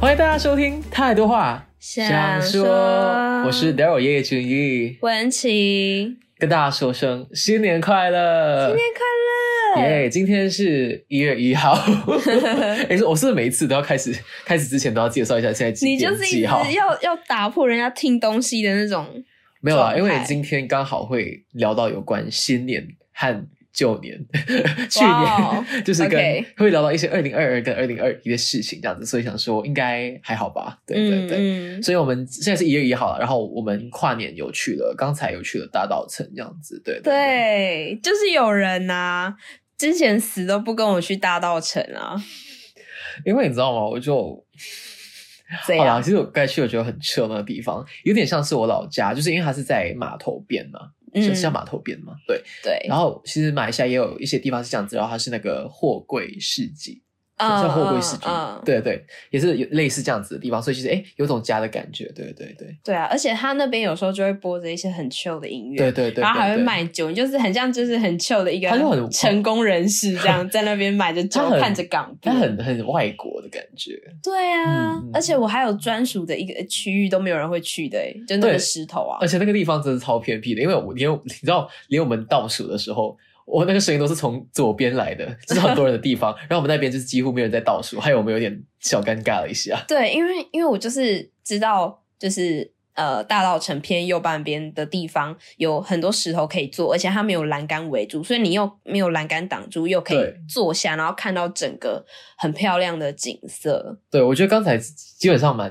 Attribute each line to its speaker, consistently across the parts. Speaker 1: 欢迎大家收听《太多话
Speaker 2: 想
Speaker 1: 说》，我是 Daryl 叶俊逸，
Speaker 2: 文琪，
Speaker 1: 跟大家说声新年快乐，
Speaker 2: 新年快乐！
Speaker 1: 耶今天是一月一 号，哎、我是不是每一次都要开始开始之前都要介绍一下现在几
Speaker 2: 你就
Speaker 1: 点
Speaker 2: 是一
Speaker 1: 几
Speaker 2: 直
Speaker 1: 号？
Speaker 2: 要要打破人家听东西的那种，
Speaker 1: 没有啊，
Speaker 2: 状态
Speaker 1: 因为今天刚好会聊到有关新年和旧年， 去
Speaker 2: 哇哦
Speaker 1: 年 就是跟
Speaker 2: OK
Speaker 1: 会聊到一些二零二二跟二零二一的事情这样子，所以想说应该还好吧？对对对。
Speaker 2: 嗯嗯，
Speaker 1: 所以我们现在是一月一号了，然后我们跨年有去了，刚才有去了大稻城这样子，对对
Speaker 2: 对，就是有人呐、之前死都不跟我去大道城啊，
Speaker 1: 因为你知道吗？我就
Speaker 2: 怎
Speaker 1: 好啦，
Speaker 2: 样？
Speaker 1: 其实我该去我觉得很热闹的地方，有点像是我老家，就是因为它是在码头边嘛，是像码头边嘛，对。
Speaker 2: 嗯对，
Speaker 1: 然后其实马来西亚也有一些地方是这样子，然后它是那个货柜市集，
Speaker 2: 嗯
Speaker 1: 像货柜市集，
Speaker 2: 嗯嗯
Speaker 1: 对对，也是有类似这样子的地方，所以其实哎，有种家的感觉，对对对，
Speaker 2: 对啊，而且他那边有时候就会播着一些很 chill 的音乐，
Speaker 1: 对对对对，
Speaker 2: 然后还会
Speaker 1: 对
Speaker 2: 卖酒，你就是很像就是很 chill 的一个
Speaker 1: 他就很
Speaker 2: 成功人士这样在那边买着酒
Speaker 1: 他很
Speaker 2: 看着港
Speaker 1: 它
Speaker 2: 片，
Speaker 1: 很很外国的感觉，
Speaker 2: 对啊，
Speaker 1: 嗯嗯
Speaker 2: 而且我还有专属的一个区域都没有人会去的、欸，就那
Speaker 1: 对
Speaker 2: 个石头啊
Speaker 1: 而，且那个地方真的超偏僻的，因为 我连你知道，连我们倒数的时候，我那个声音都是从左边来的，就是很多人的地方。然后我们那边就是几乎没有人在倒数，还有我们有点小尴尬了一下。
Speaker 2: 对，因为因为我就是知道，就是呃大道城偏右半边的地方有很多石头可以坐，而且它没有栏杆围住，所以你又没有栏杆挡住，又可以
Speaker 1: 对
Speaker 2: 坐下，然后看到整个很漂亮的景色。
Speaker 1: 对，我觉得刚才基本上蛮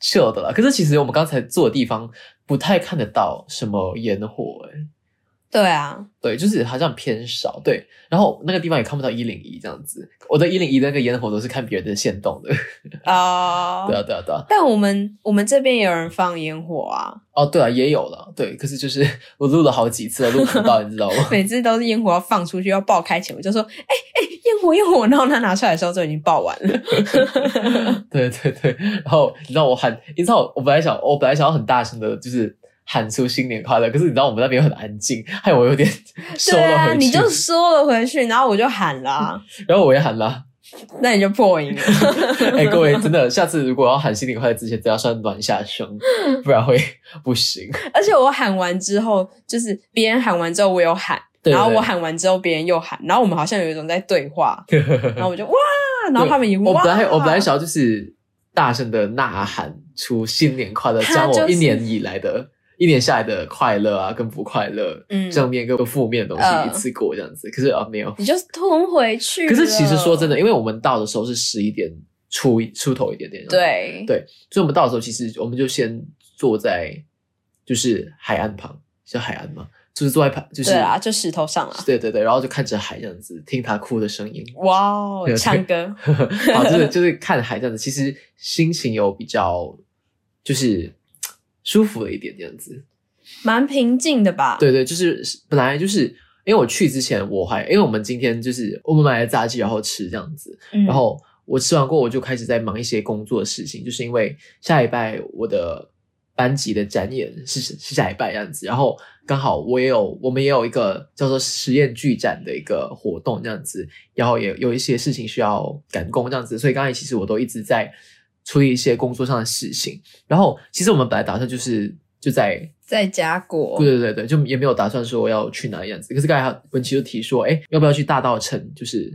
Speaker 1: chill 的啦。可是其实我们刚才坐的地方不太看得到什么烟火、欸，
Speaker 2: 对 啊，
Speaker 1: 对，就是好像偏少。对，然后那个地方也看不到一零一这样子。我的一零一那个烟火都是看别人的线动的。
Speaker 2: 哦、
Speaker 1: 对啊，对啊，对啊。
Speaker 2: 但我们我们这边也有人放烟火啊，
Speaker 1: 哦，对啊，也有了。对，可是就是 我录了好几次了，录不到，你知道吗？
Speaker 2: 每次都是烟火要放出去要爆开前，我就说，哎、哎、烟火烟火，然后他拿出来的时候就已经爆完了。
Speaker 1: 对对对，然后你知道我喊，你知道我本来想，我本来想要很大声的，就是喊出新年快乐，可是你知道我们那边很安静，害我有点 收
Speaker 2: 对
Speaker 1: 了
Speaker 2: 啊，
Speaker 1: 回去，
Speaker 2: 你就收了回去，然后我就喊啦、
Speaker 1: 然后我也喊啦。
Speaker 2: 那你就破音了。
Speaker 1: 哎，各位真的，下次如果要喊新年快乐之前，都要先暖一下胸，不然会不行。
Speaker 2: 而且我喊完之后，就是别人喊完之后我有喊，
Speaker 1: 对
Speaker 2: 然后
Speaker 1: 对
Speaker 2: 我喊完之后别人又喊，然后我们好像有一种在对 话，然后我就哇，然后
Speaker 1: 对
Speaker 2: 他们也哇，
Speaker 1: 我本来我本来想要就是大声的呐喊出新年快乐，
Speaker 2: 他
Speaker 1: 讲我
Speaker 2: 就是
Speaker 1: 一年以来的。一年下来的快乐啊，跟不快乐，
Speaker 2: 嗯
Speaker 1: 正面跟负面的东西
Speaker 2: 呃
Speaker 1: 一次过这样子，可是啊没有，
Speaker 2: 你就吞回去。
Speaker 1: 可是其实说真，的，因为我们到的时候是十一点出出头一点点，，
Speaker 2: 对
Speaker 1: 对所以我们到的时候其实我们就先坐在就是海岸旁，是海岸吗？就是坐在旁，就是
Speaker 2: 对啊，就石头上啊，
Speaker 1: 对对对，然后就看着海这样子，听它哭的声 音，
Speaker 2: 哇哦
Speaker 1: 对，
Speaker 2: 唱歌，
Speaker 1: 好，就是就是看海这样子，其实心情有比较就是舒服了一点这样子，
Speaker 2: 蛮平静的吧？
Speaker 1: 对对，就是本来就是因为我去之前我还因为我们今天就是我们买了炸鸡然后吃这样子，
Speaker 2: 嗯，
Speaker 1: 然后我吃完过，我就开始在忙一些工作的事情，就是因为下礼拜我的班级的展演是是下礼拜这样子，然后刚好我也有我们也有一个叫做实验剧展的一个活动这样子，然后也有一些事情需要赶工这样子，所以刚才其实我都一直在处理一些工作上的事情，然后其实我们本来打算就是。就在
Speaker 2: 在家果，
Speaker 1: 对对对对，就也没有打算说要去哪里这样子。可是刚才文琪就提说，哎，要不要去大道城，就是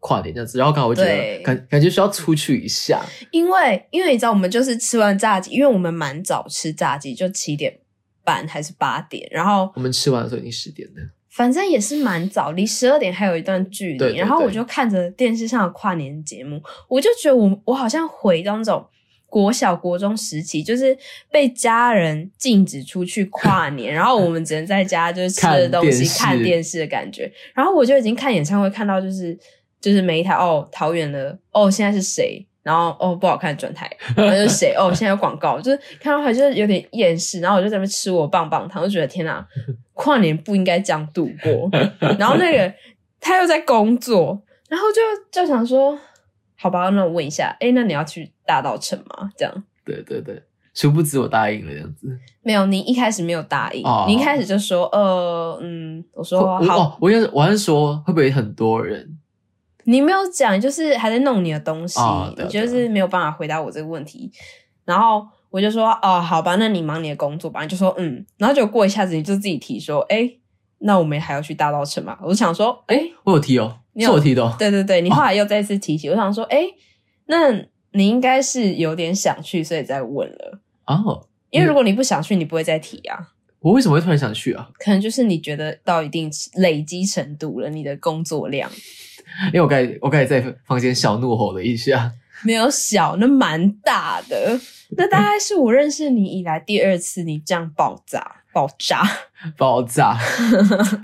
Speaker 1: 跨年这样子？然后刚好我觉得
Speaker 2: 对
Speaker 1: 感感觉需要出去一下，
Speaker 2: 因为因为你知道，我们就是吃完炸鸡，因为我们蛮早吃炸鸡，就七点半还是八点，然后
Speaker 1: 我们吃完的时候已经十点了。
Speaker 2: 反正也是蛮早，离十二点还有一段距离。
Speaker 1: 对对
Speaker 2: 然后
Speaker 1: 对
Speaker 2: 我就看着电视上的跨年节目，我就觉得我我好像回到那种。国小、国中时期，就是被家人禁止出去跨年，然后我们只能在家就是吃
Speaker 1: 看
Speaker 2: 着东西
Speaker 1: 电视
Speaker 2: 看电视的感觉。然后我就已经看演唱会，看到就是就是每一台哦，桃园的哦，现在是谁？然后哦不好看转 台，然后就是谁哦现在有广告，就是看到还就是有点厌世，然后我就在那边吃我棒棒糖，我就觉得天哪，跨年不应该这样度 过。然后那个他又在工作，然后就就想说，好吧，那我问一下，哎，那你要去大道城吗？这样
Speaker 1: 对对对，殊不知我答应了这样子。
Speaker 2: 没有，你一开始没有答应，
Speaker 1: 哦
Speaker 2: 你一开始就说呃嗯，我说
Speaker 1: 我
Speaker 2: 好，
Speaker 1: 哦，我也是我还是说会不会很多人？
Speaker 2: 你没有讲，就是还在弄你的东西，
Speaker 1: 啊对啊
Speaker 2: 你就是没有办法回答我这个问题。然后我就说，哦，好吧，那你忙你的工作吧。你就说，嗯。然后就过一下子，你就自己提说，哎，那我们还要去大稻城嘛？我就想说，哎，
Speaker 1: 我有提哦，
Speaker 2: 你
Speaker 1: 是
Speaker 2: 有
Speaker 1: 我提的、哦，
Speaker 2: 对对对，你后来又再次提起，我想说，哎，那你应该是有点想去，所以再问了。
Speaker 1: 哦，
Speaker 2: 因为
Speaker 1: 嗯
Speaker 2: 如果你不想去，你不会再提啊。
Speaker 1: 我为什么会突然想去啊？
Speaker 2: 可能就是你觉得到一定累积程度了，你的工作量
Speaker 1: 因为我刚才我刚才在房间小怒吼了一下，
Speaker 2: 没有小，那蛮大的。那大概是我认识你以来第二次你这样爆炸爆炸，
Speaker 1: 爆炸，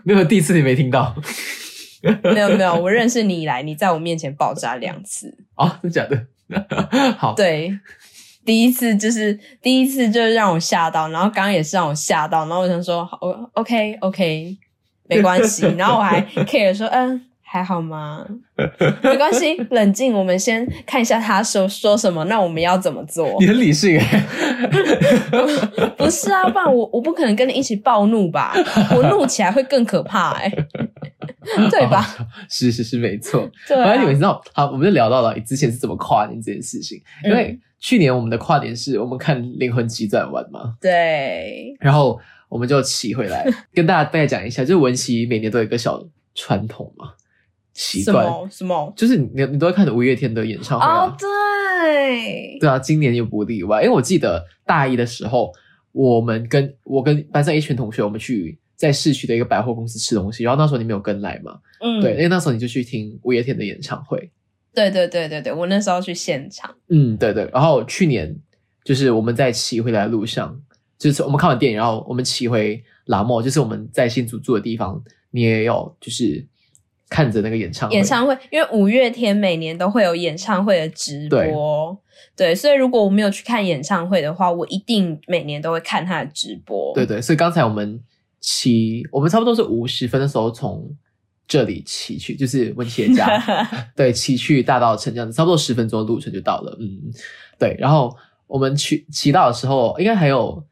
Speaker 1: 没有第一次你没听到
Speaker 2: 没有没有，我认识你以来你在我面前爆炸两次，
Speaker 1: 哦，真假的？ 好，
Speaker 2: 对。第一次就是第一次就是让我吓到，然后刚刚也是让我吓到，然后我想说，好我 OK OK，没关系，然后我 还 care 说，嗯，还好吗？ 没关系，冷静，我们先看一下他说说什么，那我们要怎么做？
Speaker 1: 你很理性哎、
Speaker 2: 不是啊，不然我我不可能跟你一起暴怒吧？我怒起来会更可怕哎、 对吧？
Speaker 1: 是是是，没错。
Speaker 2: 对、
Speaker 1: 反正你们
Speaker 2: 啊，
Speaker 1: 知道，好，我们就聊到了之前是怎么跨年这件事情。因
Speaker 2: 嗯
Speaker 1: 为去年我们的跨年是我们看《灵魂急转弯》嘛，
Speaker 2: 对，
Speaker 1: 然后我们就骑回 来，跟大家大概讲一下，就是文琪每年都有一个小传统嘛，习
Speaker 2: 什
Speaker 1: 惯
Speaker 2: 么什么？
Speaker 1: 就是你你都会看五月天的演唱会啊。
Speaker 2: 哦，对，
Speaker 1: 对啊，今年也不例外，因为我记得大一的时候，我们跟我跟班上一群同学，我们去在市区的一个百货公司吃东西，然后那时候你没有跟来嘛，
Speaker 2: 嗯，
Speaker 1: 对，因为那时候你就去听五月天的演唱会，
Speaker 2: 对对对对对，我那时候去现场，
Speaker 1: 嗯，对对，然后去年就是我们在骑回来的路上，就是我们看完电影，然后我们骑回拉莫，就是我们在新竹住的地方，你也有就是看着那个演唱会，
Speaker 2: 演唱会，因为五月天每年都会有演唱会的直播，对，所以如果我没有去看演唱会的话，我一定每年都会看他的直播，
Speaker 1: 对对，所以刚才我们骑，我们差不多是五十分的时候从这里骑去，就是温琪的家。对，骑去大道城这样子，差不多十分钟的路程就到了。嗯，对。然后我们去骑到的时候，应该还有，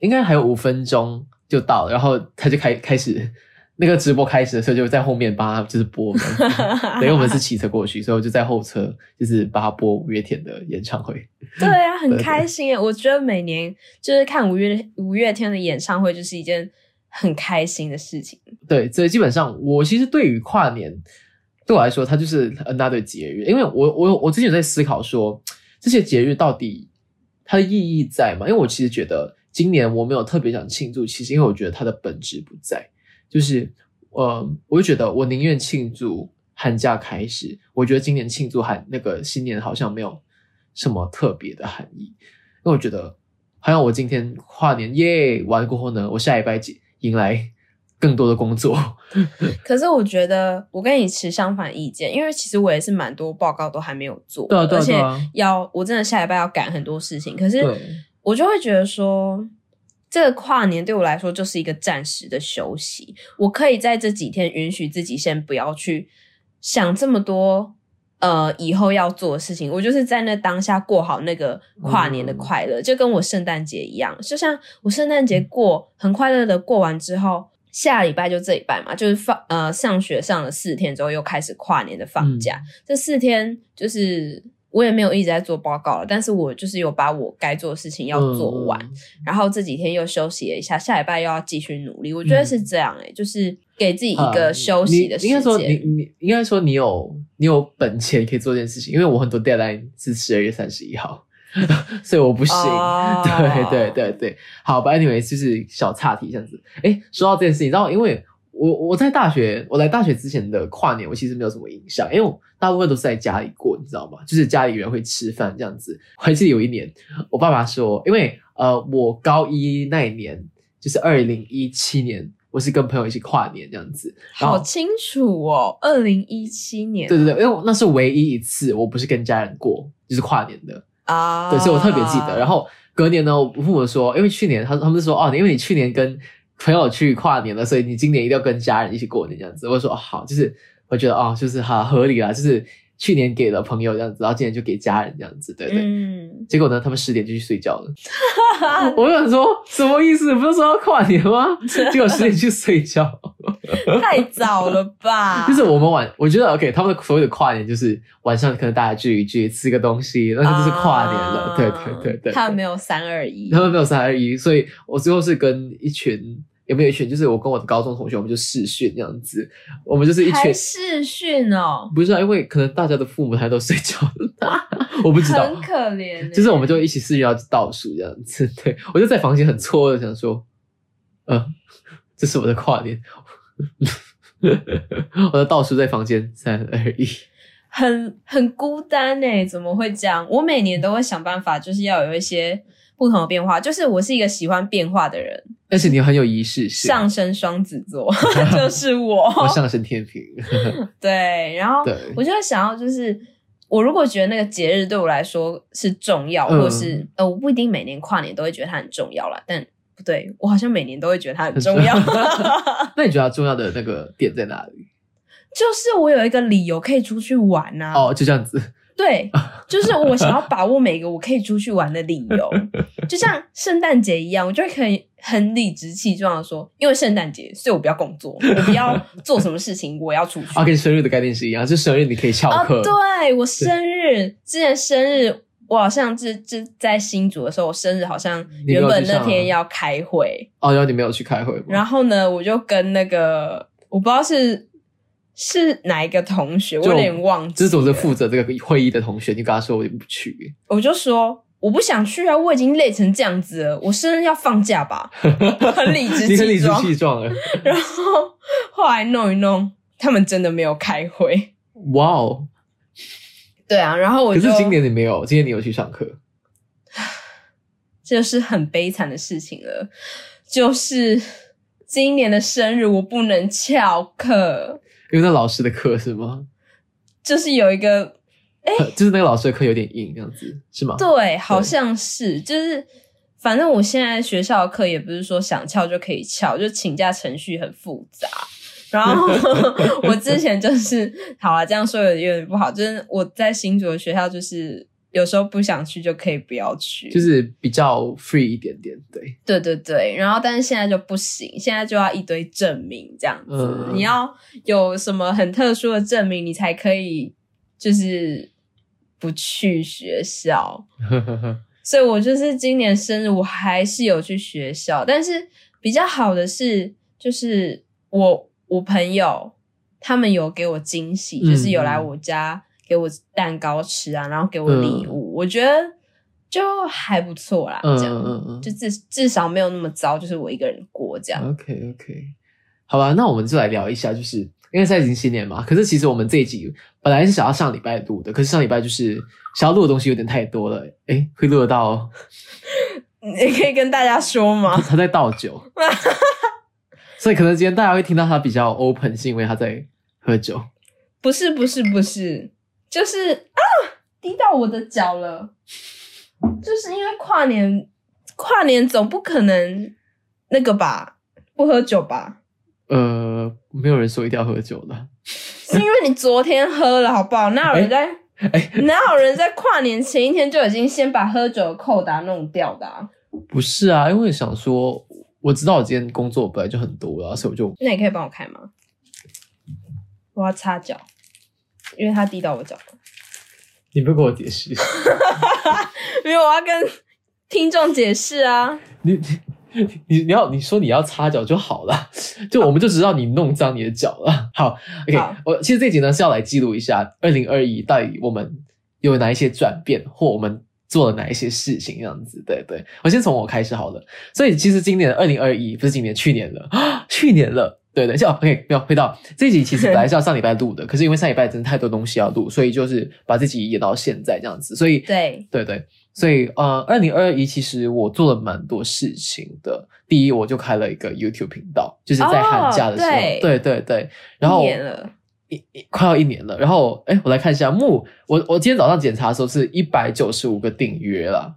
Speaker 1: 应该还有五分钟就到了。然后他就开开始那个直播开始的时候，就在后面帮他就是播这样子。等于我们是骑车过去，所以我就在后车，就是帮他播五月天的演唱会。
Speaker 2: 对啊，很
Speaker 1: 对对
Speaker 2: 开心耶！我觉得每年就是看五月五月天的演唱会，就是一件很开心的事情。
Speaker 1: 对，所以基本上我其实对于跨年，对我来说，它就是 another 节日，因为我我我之前有在思考说，这些节日到底它的意义在吗？因为我其实觉得今年我没有特别想庆祝，其实因为我觉得它的本质不在，就是呃，我就觉得我宁愿庆祝寒假开始，我觉得今年庆祝寒那个新年好像没有什么特别的含义，因为我觉得好像我今天跨年耶完过后呢，我下礼拜几迎来更多的工作。
Speaker 2: 可是我觉得我跟你持相反意见，因为其实我也是蛮多报告都还没有做，
Speaker 1: 对啊对啊
Speaker 2: 而且
Speaker 1: 对啊
Speaker 2: 要我真的下礼拜要赶很多事情，可是
Speaker 1: 对
Speaker 2: 我就会觉得说。这个跨年对我来说就是一个暂时的休息，我可以在这几天允许自己先不要去想这么多，呃，以后要做的事情。我就是在那当下过好那个跨年的
Speaker 1: 嗯
Speaker 2: 快乐，就跟我圣诞节一样。就像我圣诞节过很快乐的过完之后，下礼拜就这礼拜嘛，就是放呃上学上了四天之后，又开始跨年的放假。
Speaker 1: 嗯
Speaker 2: 这四天就是我也没有一直在做报告了，但是我就是有把我该做的事 情要做完，
Speaker 1: 嗯
Speaker 2: 然后这几天又休息了一下，下礼拜又要继续努力。我觉得是这样诶、欸就是给自己一个
Speaker 1: 嗯呃
Speaker 2: 休息的时
Speaker 1: 你应该
Speaker 2: 间。
Speaker 1: 说你你应该说你有你有本钱可以做这件事情，因为我很多 deadline 是十二月三十一号， 所以我不行。
Speaker 2: 哦
Speaker 1: 对对对对，好吧，anyway，就是小岔题这样子。哎，说到这件事情，然后因为我我在大学，我来大学之前的跨年，我其实没有什么印象，因为我大部分都是在家里过，你知道吗？就是家里人会吃饭这样子。我还记得有一年，我爸爸说，因为呃，我高一那一年，就是二零一七年，我是跟朋友一起跨年这样子。然后
Speaker 2: 好清楚哦，二零一七年
Speaker 1: 对对对，因为我那是唯一一次我不是跟家人过，就是跨年的。
Speaker 2: 啊，
Speaker 1: 对，所以我特别记得。然后隔年呢，我父母说，因为去年他他们就说哦，因为你去年跟朋友去跨年了，所以你今年一定要跟家人一起过年这样子。我就说、哦、好，就是我觉得哦，就是好合理啦，就是去年给了朋友这样子，然后今年就给家人这样子，对对。
Speaker 2: 嗯，
Speaker 1: 结果呢，他们十点就去睡觉了。
Speaker 2: 啊
Speaker 1: 我想说什么意思？不是说要跨年吗？结果十点去睡 觉，
Speaker 2: 太早了 吧？
Speaker 1: 就是我们晚，我觉得 OK，他们的所谓的跨年就是晚上可能大家聚一聚，吃个东西，那就是跨年了。
Speaker 2: 啊
Speaker 1: 对对对对，
Speaker 2: 他们没有三二一
Speaker 1: 他，们没有三二一，所以我最后是跟一群有没有一群，就是我跟我的高中同学，我们就试训这样子，我们就是一
Speaker 2: 还
Speaker 1: 群，
Speaker 2: 视讯哦，
Speaker 1: 不是、啊、因为可能大家的父母他都睡觉了，我不知道
Speaker 2: 很，可怜欸。
Speaker 1: 就是我们就一起试训要倒数这样子，对我就在房间很错愕的想说，嗯、这是我的跨年，我的倒数在房间三二一，
Speaker 2: 很很孤单哎、怎么会这样？我每年都会想办法，就是要有一些不同的变化。就是我是一个喜欢变化的人，
Speaker 1: 但是你很有仪式性，
Speaker 2: 上升双子座 就 是
Speaker 1: 我
Speaker 2: 我，
Speaker 1: 上升天 平，
Speaker 2: 对，然后
Speaker 1: 对
Speaker 2: 我就会想要就是。我如果觉得那个节日对我来说是重要，
Speaker 1: 嗯
Speaker 2: 或是呃，我不一定每年跨年都会觉得它很重要啦，但不对，我好像每年都会觉得它很 重要。
Speaker 1: 那你觉得重要的那个点在哪里？
Speaker 2: 就是我有一个理由可以出去玩呐、
Speaker 1: 哦，就这样子。
Speaker 2: 对，就是我想要把握每个我可以出去玩的理 由，就像圣诞节一样，我就可以很理直气壮的说，因为圣诞节，所以我不要工作，我不要做什么事情，我要出去。
Speaker 1: 啊，跟生日的概念是一样，就生日你可以翘
Speaker 2: 啊，
Speaker 1: 课，
Speaker 2: 对我生日之前生日，我好像是就在新竹的时候，我生日好像
Speaker 1: 你没有
Speaker 2: 原本
Speaker 1: 去上
Speaker 2: 那
Speaker 1: 啊
Speaker 2: 天要开会，
Speaker 1: 哦，然后你没有去开会吗？
Speaker 2: 然后呢，我就跟那个我不知道是是哪一个同学，我有
Speaker 1: 就
Speaker 2: 点忘记
Speaker 1: 这
Speaker 2: 了，
Speaker 1: 是总是负责这个会议的同学，你跟他说我就不去，
Speaker 2: 我就说我不想去啊，我已经累成这样子了，我生日要放 假吧， 很理直
Speaker 1: 你很理
Speaker 2: 气
Speaker 1: 直
Speaker 2: 壮。
Speaker 1: 气壮啊了。
Speaker 2: 然后后来弄一弄，他们真的没有开会。
Speaker 1: 哇哦！
Speaker 2: 对啊，然后我
Speaker 1: 可
Speaker 2: 就是
Speaker 1: 今年你没有，今年你有去上课，
Speaker 2: 这就是很悲惨的事情了，就是今年的生日我不能翘课，
Speaker 1: 因为那老师的课是吗？
Speaker 2: 就是有一个
Speaker 1: 就是那个老师的课有点硬，这样子是吗？
Speaker 2: 对，好像是，就是反正我现在学校的课也不是说想翘就可以翘，就请假程序很复杂。然后 我之前就是，好啊了，这样说有有点不好，就是我在新竹的学校，就是有时候不想去就可以不要去，
Speaker 1: 就是比较 free 一点点，对，
Speaker 2: 对对对，然后但是现在就不行，现在就要一堆证明这样子，
Speaker 1: 嗯
Speaker 2: 你要有什么很特殊的证明，你才可以就是不去学校。所以我就是今年生日，我还是有去学校，但是比较好的是，就是我我朋友他们有给我惊喜，
Speaker 1: 嗯嗯
Speaker 2: 就是有来我家给我蛋糕吃啊，然后给我礼物，我觉得就还不错啦，
Speaker 1: 嗯
Speaker 2: 这样，
Speaker 1: 嗯嗯
Speaker 2: 就至至少没有那么糟，就是我一个人过这样。
Speaker 1: OK OK，好吧，那我们就来聊一下，就是因为现在已经新年嘛，可是其实我们这一集本来是想要上礼拜录的，可是上礼拜就是想要录的东西有点太多了，诶，会录得到
Speaker 2: 你可以跟大家 说吗？
Speaker 1: 他在倒酒，所以可能今天大家会听到他比较 open，是因为他在喝酒。
Speaker 2: 不是不是不是，就是啊，滴到我的脚了，就是因为跨年，跨年总不可能那个吧，不喝酒吧？
Speaker 1: 呃，没有人说一定要喝酒的。
Speaker 2: 是因为你昨天喝了，好不好？哪有人在、
Speaker 1: 哎，
Speaker 2: 哪有人在跨年前一天就已经先把喝酒的扣打弄掉的、啊？
Speaker 1: 不是啊，因为想说，我知道我今天工作本来就很多了，所以我就
Speaker 2: 那你可以帮我开吗？我要擦脚，因为它滴到我脚了。
Speaker 1: 你不要跟我解释，
Speaker 2: 没有，我要跟听众解释啊。
Speaker 1: 你 你你你要你说你要擦脚就好了， 就我们就知道你弄脏你的脚了。 好，OK，
Speaker 2: 好
Speaker 1: 我其实这集呢是要来记录一下二零二一到底我们有哪一些转变，或我们做了哪一些事情这样子。对对，我先从我开始好了。所以其实今年二零二一不是今年，去年了， 去年了。对对，就 OK，没有回到这集，其实本来是要上礼拜录的，可是因为上礼拜真的太多东西要录，所以就是把这集延到现在这样子。所以
Speaker 2: 对，
Speaker 1: 对对，所以呃，二零二一其实我做了蛮多事情的。第一，我就开了一个 YouTube 频道，就是在寒假的时候，
Speaker 2: 哦
Speaker 1: 对
Speaker 2: 对
Speaker 1: 对对，然后
Speaker 2: 一年了。
Speaker 1: 一一快要一年了。然后哎，我来看一下木，我我今天早上检查的时候是一百九十五个订阅啦。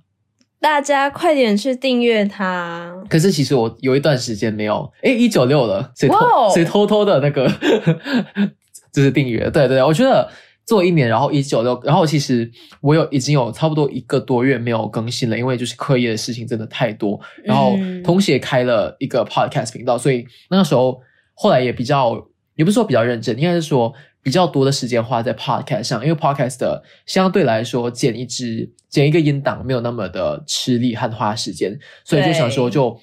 Speaker 2: 大家快点去订阅它。
Speaker 1: 可是其实我有一段时间没有，哎，一九六了，谁偷
Speaker 2: 哇哦
Speaker 1: 谁偷偷的那个就是订阅？对对，我觉得做一年，然后一九六，然后其实我有已经有差不多一个多月没有更新了，因为就是课业的事情真的太多，然后
Speaker 2: 嗯
Speaker 1: 同时也开了一个 podcast 频道，所以那个时候后来也比较，也不是说比较认真，应该是说比较多的时间花在 podcast 上，因为 podcast 的相对来说剪一支剪一个音档没有那么的吃力和花时间，所以就想说
Speaker 2: 对
Speaker 1: 就。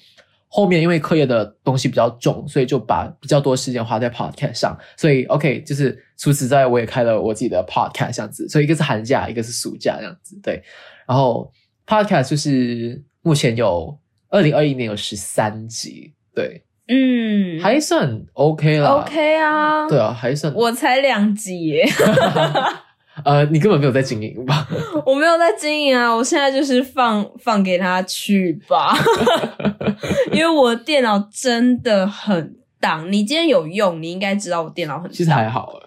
Speaker 1: 后面因为课业的东西比较重，所以就把比较多时间花在 podcast 上。所以 OK，就是除此之外，我也开了我自己的 podcast 这样子。所以一个是寒假，一个是暑假这样子。对，然后 podcast 就是目前有二零二一年有十三集，对，
Speaker 2: 嗯，
Speaker 1: 还算 OK 啦。
Speaker 2: OK 啊，
Speaker 1: 对，啊，还算。
Speaker 2: 我才两集耶，
Speaker 1: 呃，你根本没有在经营吧？
Speaker 2: 我没有在经营啊，我现在就是放放给他去 吧，因为我电脑真的很挡。你今天有用，你应该知道我电脑很
Speaker 1: 其实
Speaker 2: 挡
Speaker 1: 还好啊。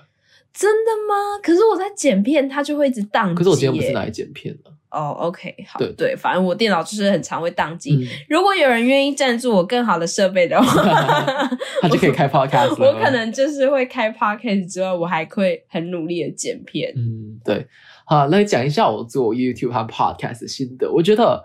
Speaker 2: 真的吗？可是我在剪片，它就会一直宕机耶。
Speaker 1: 可是我今天不是拿来剪片的。
Speaker 2: 哦，OK，好，
Speaker 1: 对
Speaker 2: 对，反正我电脑就是很常会宕机。
Speaker 1: 嗯，
Speaker 2: 如果有人愿意赞助我更好的设备的 话，
Speaker 1: 他就可以开 podcast 了。
Speaker 2: 我可能就是会开 podcast 之外，我还会很努力的剪片。
Speaker 1: 嗯，对。好，来讲一下我做 YouTube 和 Podcast 的心得。我觉得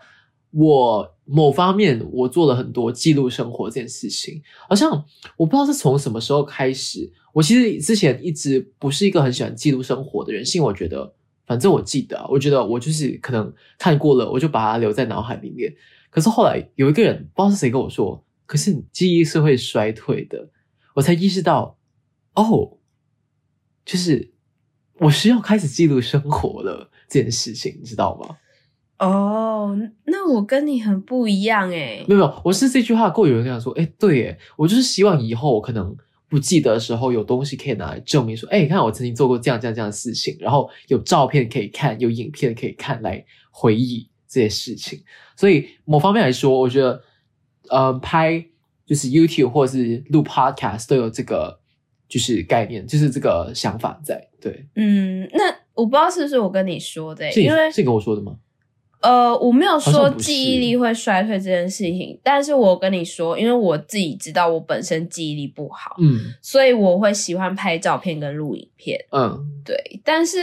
Speaker 1: 我某方面我做了很多记录生活这件事情，好像我不知道是从什么时候开始，我其实之前一直不是一个很喜欢记录生活的人，是因为我觉得反正我记得啊，我觉得我就是可能看过了，我就把它留在脑海里面。可是后来有一个人不知道是谁跟我说，可是你记忆是会衰退的，我才意识到，哦，就是我需要开始记录生活了这件事情，你知道吗？
Speaker 2: 哦，那我跟你很不一样哎、
Speaker 1: 没有，没有，我是这句话过后有人跟我说，哎，对耶，我就是希望以后我可能不记得的时候，有东西可以拿来证明说，哎，你看我曾经做过这样这样这样的事情，然后有照片可以看，有影片可以看来回忆这些事情。所以某方面来说，我觉得，呃，拍就是 YouTube 或是录 Podcast 都有这个就是概念，就是这个想法在。对，
Speaker 2: 嗯，那我不知道是不是我跟你说的欸、
Speaker 1: 是你
Speaker 2: 因为
Speaker 1: 是你跟我说的吗？
Speaker 2: 呃，我没有
Speaker 1: 好
Speaker 2: 说
Speaker 1: 像不是
Speaker 2: 记忆力会衰退这件事情，但是我跟你说，因为我自己知道我本身记忆力不好，
Speaker 1: 嗯
Speaker 2: 所以我会喜欢拍照片跟录影片，
Speaker 1: 嗯
Speaker 2: 对，但是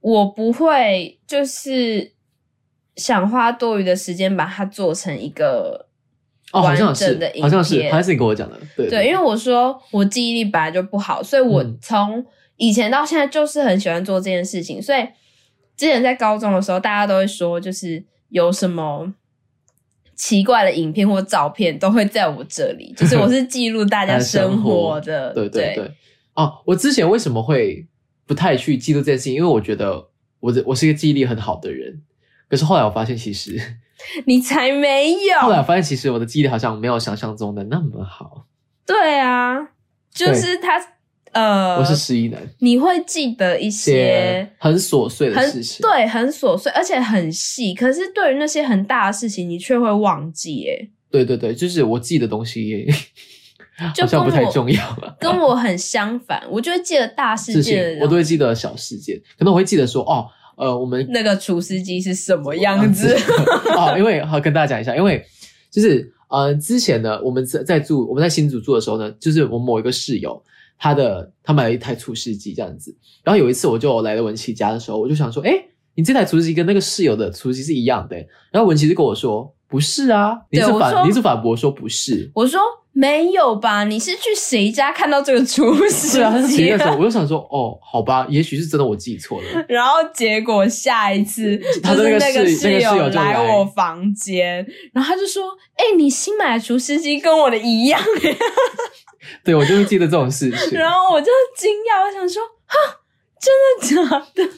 Speaker 2: 我不会就是想花多余的时间把它做成一个
Speaker 1: 哦，好像
Speaker 2: 完
Speaker 1: 是
Speaker 2: 整的影，片，
Speaker 1: 好像是，好像是你跟我讲的，对
Speaker 2: 对，因为我说我记忆力本来就不好，所以我
Speaker 1: 嗯
Speaker 2: 从以前到现在就是很喜欢做这件事情。所以之前在高中的时候，大家都会说，就是有什么奇怪的影片或照片都会在我这里，就是我是记 录大家
Speaker 1: 大家生
Speaker 2: 生
Speaker 1: 活
Speaker 2: 活的，
Speaker 1: 对对对。哦，我之前为什么会不太去记录这件事情？因为我觉得我的我是一个记忆力很好的人，可是后来我发现，其实
Speaker 2: 你才没
Speaker 1: 后来
Speaker 2: 有，
Speaker 1: 我发现，其实我的记忆力好像没有想象中的那么好。
Speaker 2: 对啊，就是他呃，
Speaker 1: 我是失忆男，
Speaker 2: 你会记得一些
Speaker 1: 些很琐碎的
Speaker 2: 很
Speaker 1: 事情，
Speaker 2: 对，很琐碎，而且很细。可是对于那些很大的事情，你却会忘记。哎，
Speaker 1: 对对对，就是我记的东西也
Speaker 2: 就
Speaker 1: 好像不
Speaker 2: 跟
Speaker 1: 太
Speaker 2: 我
Speaker 1: 重要了。
Speaker 2: 跟我很相反，我就会记得大事
Speaker 1: 事情
Speaker 2: 件
Speaker 1: 我都
Speaker 2: 的
Speaker 1: 会记得小事件，可能我会记得说哦，呃，我们
Speaker 2: 那个厨师机是什么样 子。
Speaker 1: 哦，因为好跟大家讲一下，因为就是呃，之前呢，我们在在住我们在新竹住的时候呢，就是我某一个室友，他的他买了一台除湿机这样子。然后有一次我就来了文琪家的时候，我就想说，哎，你这台除湿机跟那个室友的除湿机是一样的欸。然后文琪就跟我说，不是啊，你
Speaker 2: 对
Speaker 1: 是
Speaker 2: 我
Speaker 1: 反
Speaker 2: 说
Speaker 1: 你是反驳说不是。
Speaker 2: 我说没有吧？你是去谁家看到这个厨师
Speaker 1: 是啊，他是
Speaker 2: 机
Speaker 1: 谁的时
Speaker 2: 的？
Speaker 1: 候，我就想说，哦，好吧，也许是真的我记错了。
Speaker 2: 然后结果下一次
Speaker 1: 嗯他
Speaker 2: 就
Speaker 1: 的那
Speaker 2: 是
Speaker 1: 个
Speaker 2: 那
Speaker 1: 室那
Speaker 2: 室
Speaker 1: 个室友
Speaker 2: 友
Speaker 1: 就来
Speaker 2: 我房间，然后他就说：“哎、你新买的厨师机跟我的一样。
Speaker 1: 对，我就会记得这种事”情。
Speaker 2: 然后我就惊讶，我想说：“哈，真的假的？”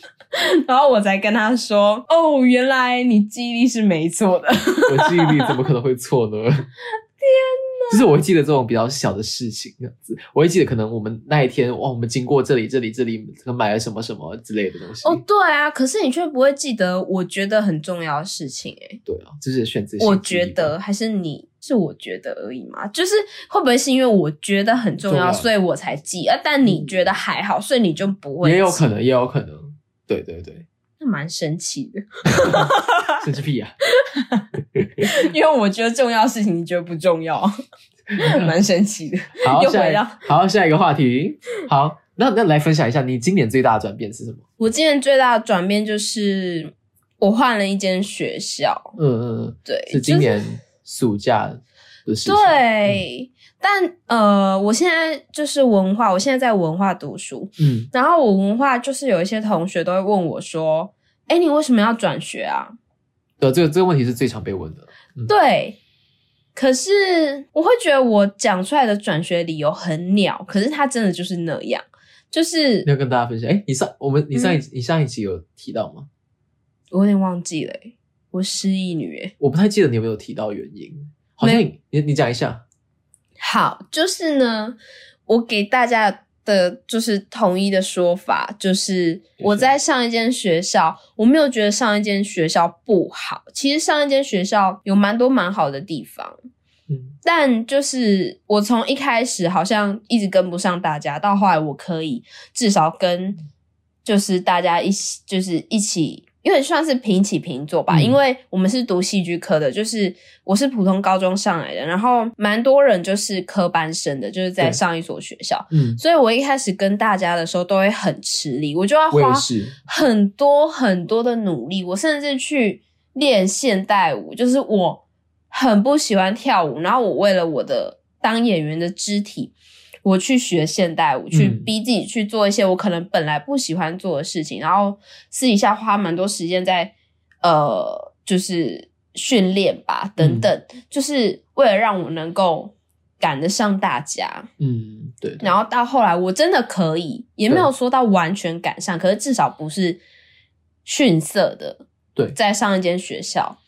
Speaker 2: 然后我才跟他说：“哦，原来你记忆力是没错的。”
Speaker 1: 我记忆力怎么可能会错 呢？天哪！就是我会记得这种比较小的事情，这样子，我会记得可能我们那一天，哇，我们经过这里、这里、这里，可能买了什么什么之类的东西。
Speaker 2: 哦，对啊，可是你却不会记得，我觉得很重要的事情、欸，
Speaker 1: 对啊，就是选择性
Speaker 2: 我
Speaker 1: 记忆
Speaker 2: 觉
Speaker 1: 吧
Speaker 2: 得还是你是我觉得而已嘛，就是会不会是因为我觉得很重
Speaker 1: 重
Speaker 2: 要，
Speaker 1: 要
Speaker 2: 所以我才记啊？但你
Speaker 1: 啊嗯
Speaker 2: 觉得还好，所以你就不会，
Speaker 1: 也有可能，也有可能，对对 对，
Speaker 2: 那蛮神奇的，
Speaker 1: 甚至屁啊！
Speaker 2: 因为我觉得重要的事情你觉得不 重要，蛮神奇的。
Speaker 1: 好，
Speaker 2: 又
Speaker 1: 下
Speaker 2: 回
Speaker 1: 一
Speaker 2: 到
Speaker 1: 好，下一个话题，好，那那来分享一下，你今年最大的转变是什么？
Speaker 2: 我今年最大的转变就是我换了一间学校，
Speaker 1: 嗯嗯，嗯，
Speaker 2: 对，
Speaker 1: 是今
Speaker 2: 就是
Speaker 1: 年暑假的事情。
Speaker 2: 对，但呃，我现在就是文化，我现在在文化读书，
Speaker 1: 嗯，
Speaker 2: 然后我文化就是有一些同学都会问我说：“哎，你为什么要转学啊
Speaker 1: 对，呃这个这个问题是最常被问的。？”
Speaker 2: 对，可是我会觉得我讲出来的转学理由很鸟，可是它真的就是那样，就是
Speaker 1: 你要跟大家分享，哎，你上我们你
Speaker 2: 嗯
Speaker 1: 上一、你上一集有提到吗？
Speaker 2: 我有点忘记了欸、我失忆女欸
Speaker 1: 我不太记得你有没有提到原因，好像你你你讲一下。
Speaker 2: 好，就是呢，我给大家的就是统一的说法，就是我在上一间学校，我没有觉得上一间学校不好，其实上一间学校有蛮多蛮好的地方，
Speaker 1: 嗯
Speaker 2: 但就是我从一开始好像一直跟不上大家，到后来我可以至少跟就是大家一起，就是一起，因为算是平起平坐吧，
Speaker 1: 嗯
Speaker 2: 因为我们是读戏剧科的，就是我是普通高中上来的，然后蛮多人就是科班生的，就是在
Speaker 1: 对
Speaker 2: 上一所学校，
Speaker 1: 嗯，
Speaker 2: 所以我一开始跟大家的时候都会很吃力，我就要
Speaker 1: 我也
Speaker 2: 花
Speaker 1: 是。
Speaker 2: 很多很多的努力，我甚至去练现代舞，就是我很不喜欢跳舞，然后我为了我的当演员的肢体，我去学现代舞，去逼自己去做一些我可能本来不喜欢做的事情，然后私底下花蛮多时间在呃，就是训练吧，等等，就是为了让我能够赶得上大家。
Speaker 1: 嗯，对。对
Speaker 2: 然后到后来，我真的可以，也没有说到完全赶上，可是至少不是逊色的。
Speaker 1: 对
Speaker 2: 在上一间学校，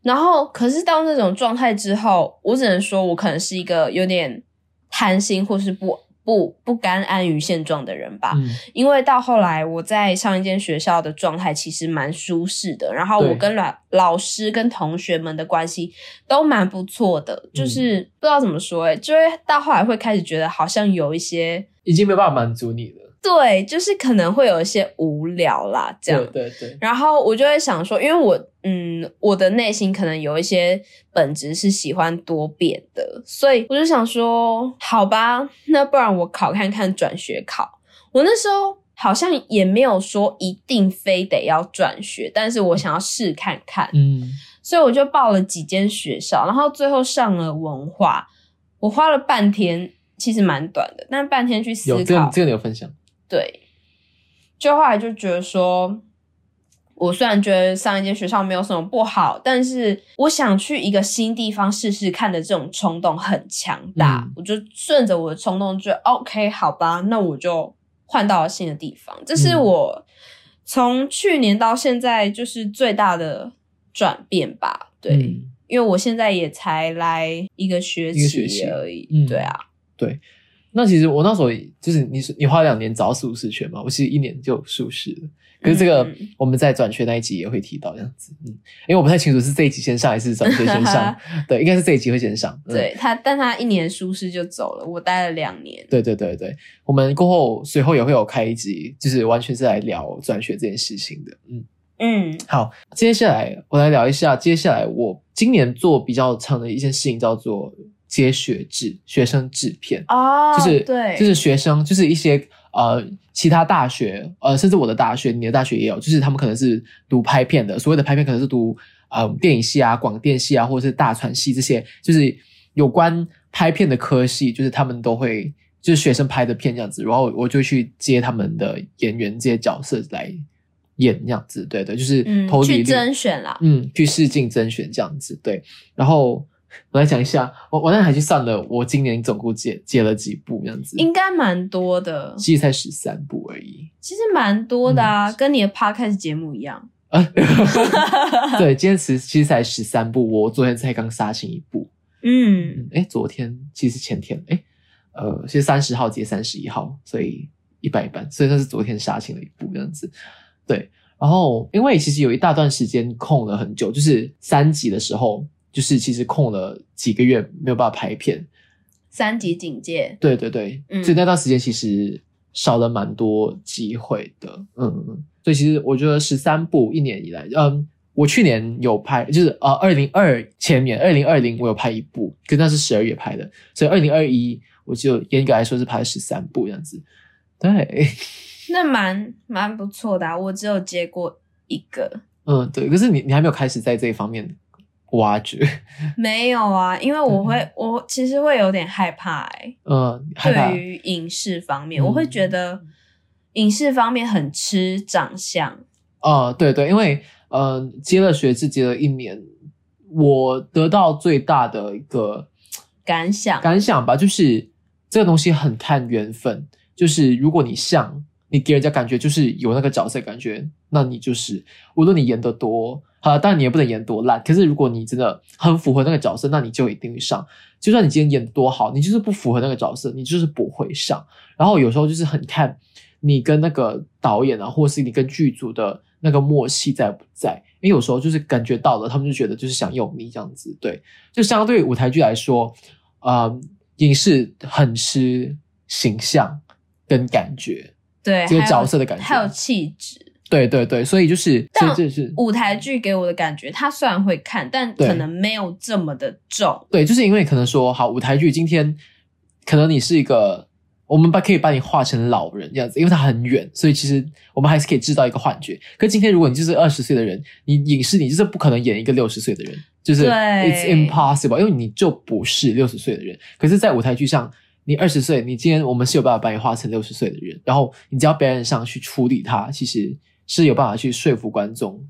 Speaker 2: 然后可是到那种状态之后，我只能说我可能是一个有点贪心，或是不不不甘安于现状的人吧。
Speaker 1: 嗯
Speaker 2: 因为到后来我在上一间学校的状态其实蛮舒适的，然后
Speaker 1: 对
Speaker 2: 我跟老老师跟同学们的关系都蛮不错的，就是不知道怎么说、欸，就会到后来会开始觉得好像有一些
Speaker 1: 已经没办法满足你了。
Speaker 2: 对，就是可能会有一些无聊啦这样。
Speaker 1: 对对对，
Speaker 2: 然后我就会想说，因为我嗯，我的内心可能有一些本质是喜欢多变的，所以我就想说，好吧，那不然我考看看转学考。我那时候好像也没有说一定非得要转学，但是我想要试看看，
Speaker 1: 嗯，
Speaker 2: 所以我就报了几间学校，然后最后上了文化，我花了半天，其实蛮短的，但半天去思
Speaker 1: 有这
Speaker 2: 考
Speaker 1: 个，这个你有分享。
Speaker 2: 对，就后来就觉得说，我虽然觉得上一间学校没有什么不好，但是我想去一个新地方试试看的这种冲动很强大，
Speaker 1: 嗯
Speaker 2: 我就顺着我的冲动就 OK，好吧，那我就换到了新的地方，这是
Speaker 1: 嗯
Speaker 2: 我从去年到现在就是最大的转变吧，对。
Speaker 1: 嗯
Speaker 2: 因为我现在也才来一个学
Speaker 1: 一个学
Speaker 2: 期
Speaker 1: 期
Speaker 2: 而已，
Speaker 1: 嗯
Speaker 2: 对啊，
Speaker 1: 那其实我那时候就是你你花两年找舒适圈嘛，我其实一年就有舒适了。可是这个
Speaker 2: 嗯嗯
Speaker 1: 我们在转学那一集也会提到这样子，嗯，因为我不太清楚是这一集先上还是转学先 上，对，应该是这一集会先上。嗯、
Speaker 2: 对他，但他一年舒适就走了，我待了两年。
Speaker 1: 对对对对，我们过后随后也会有开一集，就是完全是来聊转学这件事情的，嗯。
Speaker 2: 嗯
Speaker 1: 好，接下来我来聊一下，接下来我今年做比较长的一件事情叫做接学制、学生制片，
Speaker 2: 哦，
Speaker 1: 就是
Speaker 2: 对，
Speaker 1: 就是学生，就是一些呃其他大学，呃甚至我的大学、你的大学也有，就是他们可能是读拍片的，所谓的拍片可能是读呃电影系啊、广电系啊，或者是大传系这些，就是有关拍片的科系，就是他们都会。就是学生拍的片这样子，然后我就去接他们的演员这些角色来演这样子，对对，就是
Speaker 2: 嗯
Speaker 1: 投
Speaker 2: 去
Speaker 1: 简历、
Speaker 2: 甄选啦。
Speaker 1: 嗯，去试镜甄选这样子，对。然后我来讲一下，我我那还去算了，我今年总共接接了几部这样子，
Speaker 2: 应该蛮多的，
Speaker 1: 其实才十三部而已。
Speaker 2: 其实蛮多的啊，跟你的 podcast 节目一样。
Speaker 1: 啊，对，今天其实其实才十三部，我昨天才刚杀青一部。
Speaker 2: 嗯，
Speaker 1: 嗯，哎，昨天其实前天，哎，呃，是三十号接三十一号，所以一半一半，所以那是昨天杀青的一部这样子。对，然后因为其实有一大段时间空了很久，就是三级的时候，就是其实空了几个月没有办法拍片。
Speaker 2: 三级警戒，
Speaker 1: 对对对，
Speaker 2: 嗯
Speaker 1: 所以那段时间其实少了蛮多机会的。嗯嗯，嗯所以其实我觉得十三部一年以来，嗯。我去年有拍，就是呃，二零二前年，二零二零我有拍一部，可是那是十二月拍的，所以二零二一我就严格来说是拍了十三部这样子。对，
Speaker 2: 那蛮蛮不错的、啊。我只有接过一个，
Speaker 1: 嗯，对。可是你你还没有开始在这一方面挖掘，
Speaker 2: 没有啊，因为我会，我其实会有点害怕哎、
Speaker 1: 嗯，害怕
Speaker 2: 对，于影视方面，
Speaker 1: 嗯
Speaker 2: 我会觉得影视方面很吃长相。
Speaker 1: 哦，对对，因为呃，接了学制接了一年，我得到最大的一个
Speaker 2: 感想
Speaker 1: 感想吧，就是这个东西很看缘分。就是如果你像，你给人家感觉就是有那个角色感觉，那你就是无论你演得多好，当然你也不能演多烂。可是如果你真的很符合那个角色，那你就一定会上。就算你今天演得多好，你就是不符合那个角色，你就是不会上。然后有时候就是很看你跟那个导演啊，或是你跟剧组的那个默契在不在。因为有时候就是感觉到了，他们就觉得就是想用你这样子，对。就相对于舞台剧来说，呃，影视很吃形象跟感觉，
Speaker 2: 对，
Speaker 1: 这个
Speaker 2: 还有
Speaker 1: 角色的感觉
Speaker 2: 还有气质。
Speaker 1: 对对对，所以就是
Speaker 2: 但
Speaker 1: 这这是
Speaker 2: 舞台剧给我的感觉，它虽然会看，但
Speaker 1: 对
Speaker 2: 可能没有这么的重。
Speaker 1: 对，就是因为可能说好舞台剧今天可能你是一个。我们把可以把你画成老人这样子，因为它很远，所以其实我们还是可以制造一个幻觉。可今天如果你就是二十岁的人，你影视你就是不可能演一个六十岁的人，就是
Speaker 2: 对
Speaker 1: it's impossible，因为你就不是六十岁的人。可是，在舞台剧上，你二十岁，你今天我们是有办法把你画成六十岁的人，然后你只要表演上去处理它，其实是有办法去说服观众，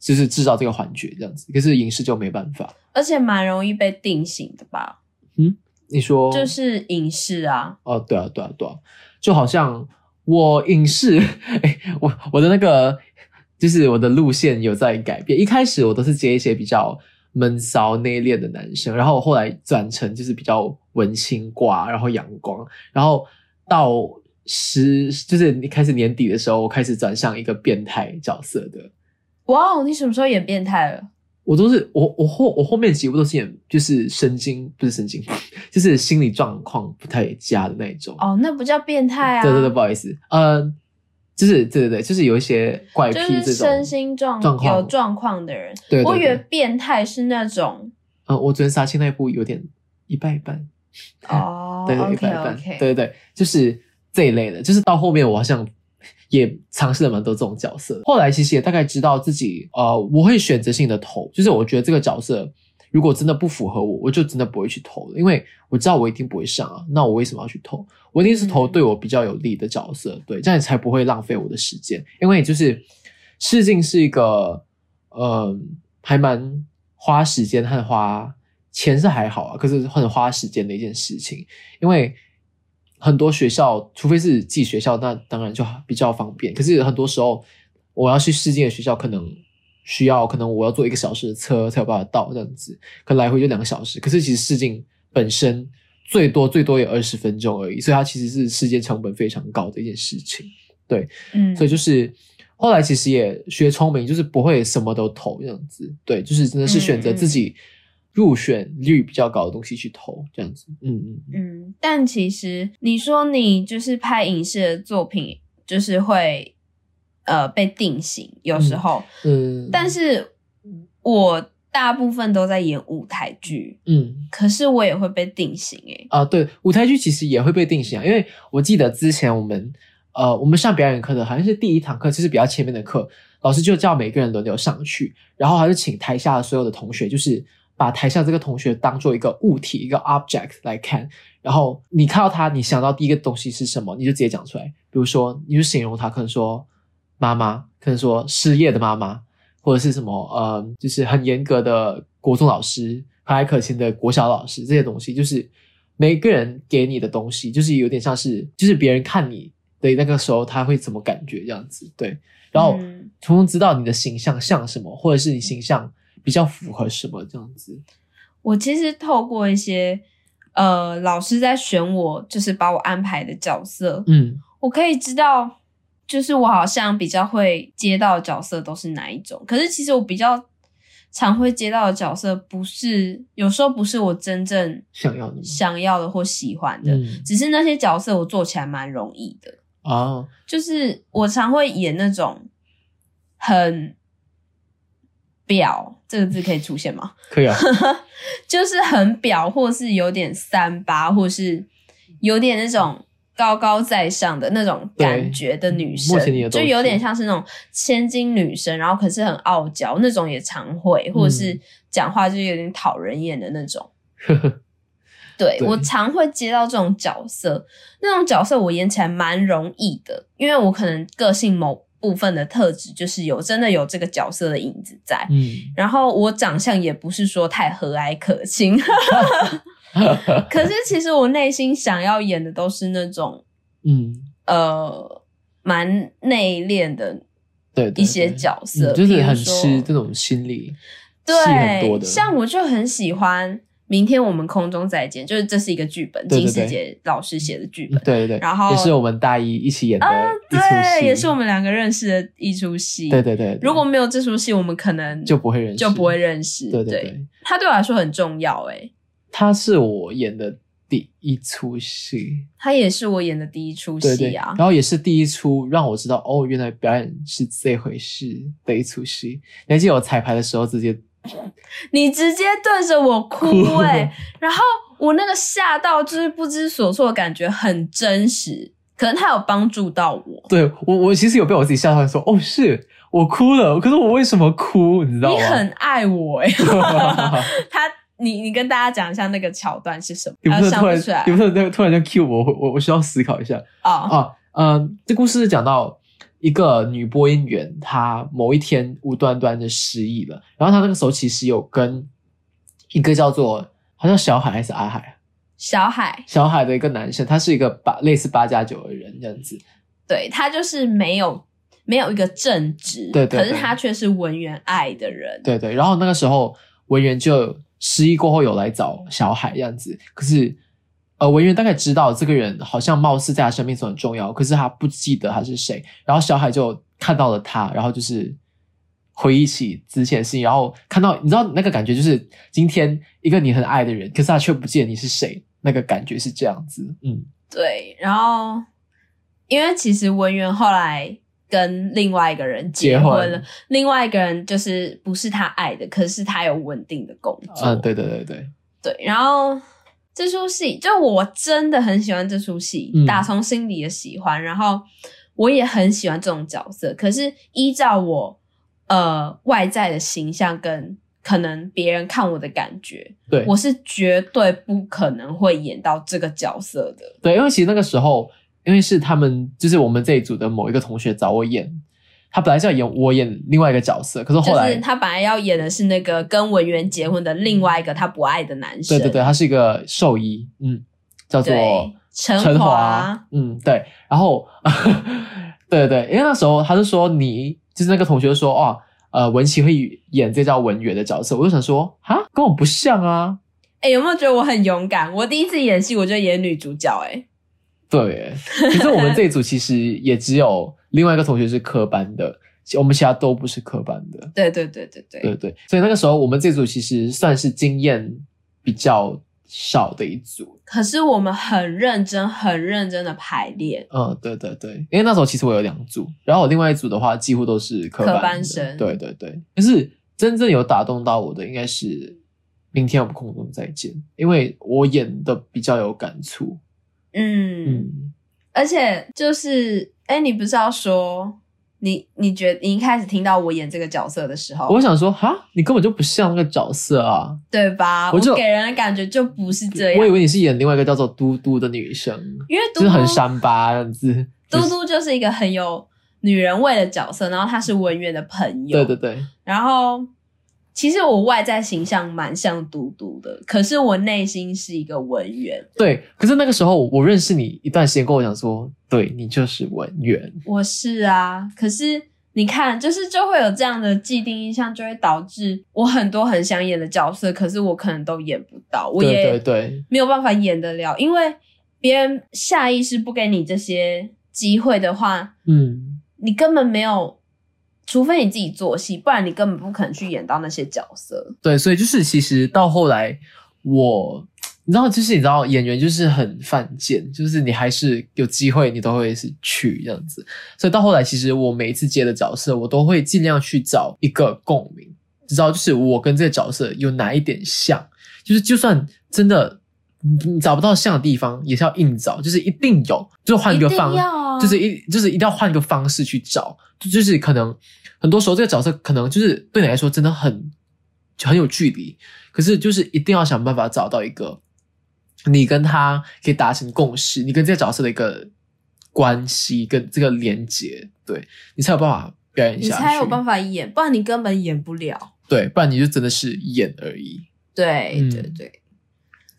Speaker 1: 就是制造这个幻觉这样子。可是影视就没办法。
Speaker 2: 而且蛮容易被定型的吧，
Speaker 1: 你说
Speaker 2: 就是影视啊，
Speaker 1: 哦，对啊，对啊，对啊，就好像我影视，哎，我我的那个就是我的路线有在改变。一开始我都是接一些比较闷骚内敛的男生，然后后来转成就是比较文青挂，然后阳光，然后到十就是你开始年底的时候，我开始转向一个变态角色的。
Speaker 2: 哇哦，你什么时候演变态了？
Speaker 1: 我都是我我后我后面几部都是演就是神经不是神经， 就是心理状况不太佳的那一种。
Speaker 2: 哦，那不叫变态啊，
Speaker 1: 对对对，不好意思，嗯，就是对对对，就是有一些怪癖这
Speaker 2: 就
Speaker 1: 种
Speaker 2: 是身心状
Speaker 1: 状况
Speaker 2: 有状况的人。
Speaker 1: 对对
Speaker 2: 我以为
Speaker 1: 对，
Speaker 2: 变态是那 种
Speaker 1: 嗯，我昨天杀青那一部有点一半一半，
Speaker 2: 哦
Speaker 1: 对对一
Speaker 2: ，OK
Speaker 1: 半一半，对
Speaker 2: OK，
Speaker 1: 对对，就是这一类的，就是到后面我好像也尝试了蛮多这种角色，后来其实也大概知道自己呃，我会选择性的投，就是我觉得这个角色。如果真的不符合我，我就真的不会去投了，因为我知道我一定不会上啊。那我为什么要去投？我一定是投
Speaker 2: 嗯
Speaker 1: 对我比较有利的角色，对，这样才不会浪费我的时间。因为就是试镜是一个，呃，还蛮花时间和花钱是还好啊，可是很花时间的一件事情。因为很多学校，除非是寄学校，那当然就比较方便。可是很多时候，我要去试镜的学校，可能需要，可能我要坐一个小时的车才有办法到，这样子，可能来回就两个小时。可是其实试镜本身最多最多也二十分钟而已，所以它其实是时间成本非常高的一件事情。
Speaker 2: 嗯，
Speaker 1: 所以就是后来其实也学聪明，就是不会什么都投这样子。对，就是真的是选择自己
Speaker 2: 嗯
Speaker 1: 入选率比较高的东西去投这样子。嗯嗯嗯，
Speaker 2: 嗯，但其实你说你就是拍影视的作品，就是会呃被定型，有时候，
Speaker 1: 嗯
Speaker 2: 但是我大部分都在演舞台剧，
Speaker 1: 嗯
Speaker 2: 可是我也会被定型欸诶、
Speaker 1: 啊，对，舞台剧其实也会被定型啊，因为我记得之前我们呃，我们上表演课的好像是第一堂课，就是比较前面的课，老师就叫每个人轮流上去，然后他就请台下的所有的同学，就是把台下这个同学当做一个物体、一个 object 来看，然后你看到他，你想到第一个东西是什么，你就直接讲出来，比如说你就形容他，可能说妈妈，可能说失业的妈妈，或者是什么呃，就是很严格的国中老师，和蔼可亲的国小老师，这些东西就是每个人给你的东西，就是有点像是就是别人看你的那个时候他会怎么感觉这样子，对，然后
Speaker 2: 嗯
Speaker 1: 从中知道你的形象像什么，或者是你形象比较符合什么这样子，
Speaker 2: 我其实透过一些呃老师在选我，就是把我安排的角色，
Speaker 1: 嗯
Speaker 2: 我可以知道，就是我好像比较会接到的角色都是哪一种。可是其实我比较常会接到的角色，不是有时候不是我真正
Speaker 1: 想要的吗
Speaker 2: 想要的或喜欢的，
Speaker 1: 嗯
Speaker 2: 只是那些角色我做起来蛮容易的。
Speaker 1: 啊，
Speaker 2: 就是我常会演那种很表这个字可以出现吗？
Speaker 1: 可以啊，
Speaker 2: 就是很表，或是有点三八，或是有点那种高高在上的那种感觉的女生
Speaker 1: 目前你的，
Speaker 2: 就
Speaker 1: 东西
Speaker 2: 有点像是那种千金女生，然后可是很傲娇那种，也常会，或者是
Speaker 1: 嗯
Speaker 2: 讲话就有点讨人厌的那种。 对
Speaker 1: 对
Speaker 2: 我常会接到这种角色，那种角色我演起来蛮容易的，因为我可能个性某部分的特质就是有真的有这个角色的影子在，
Speaker 1: 嗯，
Speaker 2: 然后我长相也不是说太和蔼可亲， 可是其实我内心想要演的都是那种
Speaker 1: 嗯，
Speaker 2: 呃蛮内敛的
Speaker 1: 对，对
Speaker 2: 一些
Speaker 1: 对
Speaker 2: 角色，
Speaker 1: 嗯就是很
Speaker 2: 比如说
Speaker 1: 吃这种心理，戏很多
Speaker 2: 对，
Speaker 1: 的
Speaker 2: 像我就很喜欢。明天我们空中再见，就是这是一个剧本，
Speaker 1: 对对
Speaker 2: 金世
Speaker 1: 对
Speaker 2: 杰老师写的剧
Speaker 1: 嗯
Speaker 2: 本。
Speaker 1: 对对对，
Speaker 2: 然后啊
Speaker 1: 也是我们大一一起演的一出戏、
Speaker 2: 对，也是我们两个认识的一出戏。
Speaker 1: 对对对，对
Speaker 2: 如果没有这出戏，我们可能
Speaker 1: 就不会认识，
Speaker 2: 就不会认识。
Speaker 1: 对
Speaker 2: 对
Speaker 1: 对对，
Speaker 2: 他对我来说很重要、欸。诶，
Speaker 1: 他是我演的第一出戏，
Speaker 2: 他也是我演的第一出
Speaker 1: 对对，
Speaker 2: 戏啊
Speaker 1: 然。后也是第一出让我知道哦，原来表演是这回事的一出戏。你还记得我彩排的时候直接
Speaker 2: 你直接对着我 哭、
Speaker 1: 哭
Speaker 2: 欸，诶，然后我那个吓到就是不知所措的感觉很真实，可能他有帮助到我。
Speaker 1: 对我，我其实有被我自己吓到，说哦，是我哭了，可是我为什么哭？你知道吗？
Speaker 2: 你很爱我、欸，诶，他。你你跟大家讲一下那个桥段是什么？
Speaker 1: 你不
Speaker 2: 啊，
Speaker 1: 是
Speaker 2: 想
Speaker 1: 突然
Speaker 2: 不出来，
Speaker 1: 你不是突然就 cue 我，我我我需要思考一下。
Speaker 2: 哦，
Speaker 1: 啊，嗯，这故事是讲到一个女播音员，她某一天无端端的失忆了，然后她那个时候其实有跟一个叫做好像小海还是阿海，
Speaker 2: 小海，
Speaker 1: 小海的一个男生，他是一个八类似八加九的人这样子，
Speaker 2: 对他就是没有没有一个正职，
Speaker 1: 对对
Speaker 2: 可是
Speaker 1: 对
Speaker 2: 他却是文员爱的人，
Speaker 1: 对对，然后那个时候文员就失忆过后有来找小海这样子，可是呃文员大概知道这个人好像貌似在他生命中很重要，可是他不记得他是谁，然后小海就看到了他，然后就是回忆起之前的事情，然后看到你知道那个感觉就是今天一个你很爱的人，可是他却不记得你是谁，那个感觉是这样子，嗯，
Speaker 2: 对然后因为其实文员后来跟另外一个人结
Speaker 1: 结婚
Speaker 2: 了，另外一个人就是不是他爱的，可是他有稳定的工作，
Speaker 1: 嗯，对对对对，
Speaker 2: 对然后。这出戏就我真的很喜欢这出戏，
Speaker 1: 嗯
Speaker 2: 打从心里的喜欢。然后我也很喜欢这种角色，可是依照我呃外在的形象跟可能别人看我的感觉，
Speaker 1: 对，
Speaker 2: 我是绝对不可能会演到这个角色的。
Speaker 1: 对，因为其实那个时候，因为是他们就是我们这一组的某一个同学找我演，他本来是要演我演另外一个角色，可是后
Speaker 2: 就
Speaker 1: 来、
Speaker 2: 是他本来要演的是那个跟文员结婚的另外一个他不爱的男生，
Speaker 1: 对对对，他是一个兽医，嗯，叫做
Speaker 2: 对，陈
Speaker 1: 陈
Speaker 2: 华
Speaker 1: 华，，嗯对，然后 对对对，因为那时候他就说你就是那个同学就说哦。呃，文琪会演这叫文员的角色，我就想说，哈，跟我不像啊。
Speaker 2: 哎、有没有觉得我很勇敢？我第一次演戏我就演女主角、哎，
Speaker 1: 对 耶，其实我们这一组其实也只有另外一个同学是科班的，其我们其他都不是科班的。
Speaker 2: 对对对对对，
Speaker 1: 对对，所以那个时候我们这组其实算是经验比较少的一组。
Speaker 2: 可是我们很认真、很认真的排练，
Speaker 1: 嗯，对对对，因为那时候其实我有两组，然后我另外一组的话几乎都是科班的
Speaker 2: 科班生
Speaker 1: 对对对，但是真正有打动到我的应该是明天我们空中再见，因为我演的比较有感触。
Speaker 2: 嗯，
Speaker 1: 嗯，
Speaker 2: 而且就是，哎、你不是要说你你觉你一开始听到我演这个角色的时候，
Speaker 1: 我想说，哈，你根本就不像那个角色啊！
Speaker 2: 对吧？
Speaker 1: 我就
Speaker 2: 给人的感觉就不是这样。
Speaker 1: 我以为你是演另外一个叫做嘟嘟的女生，
Speaker 2: 因为
Speaker 1: 就是
Speaker 2: 嘟嘟
Speaker 1: 很三八这样子。
Speaker 2: 嘟嘟就是一个很有女人味的角色，然后她是文员的朋友。
Speaker 1: 对对对，
Speaker 2: 然后其实我外在形象蛮像嘟嘟的，可是我内心是一个文员，
Speaker 1: 对，可是那个时候我认识你一段时间，跟我讲说，对你就是文员，
Speaker 2: 我是啊，可是。你看，就是就会有这样的既定印象，就会导致我很多很想演的角色，可是我可能都演不到，我
Speaker 1: 对
Speaker 2: 也
Speaker 1: 对对，
Speaker 2: 没有办法演得了，因为别人下意识不给你这些机会的话，
Speaker 1: 嗯，
Speaker 2: 你根本没有，除非你自己做戏，不然你根本不可能去演到那些角色。
Speaker 1: 对，所以就是其实到后来我，嗯你知道，就是你知道演员就是很犯贱，就是你还是有机会你都会是去这样子，所以到后来其实我每一次接的角色，我都会尽量去找一个共鸣，你知道，就是我跟这个角色有哪一点像，就是就算真的你你找不到像的地方，也是要硬找，就是一定有，就是换
Speaker 2: 一
Speaker 1: 个
Speaker 2: 定
Speaker 1: 方，
Speaker 2: 要啊，
Speaker 1: 就是一就是一定要换个方式去找，就就是可能很多时候这个角色可能就是对你来说真的很很有距离，可是就是一定要想办法找到一个你跟他可以达成共识，你跟这个角色的一个关系跟这个连接，对你才有办法表演
Speaker 2: 你
Speaker 1: 下去，
Speaker 2: 才有办法演，不然你根本演不了。
Speaker 1: 对，不然你就真的是演而已。
Speaker 2: 对、
Speaker 1: 嗯
Speaker 2: 对对，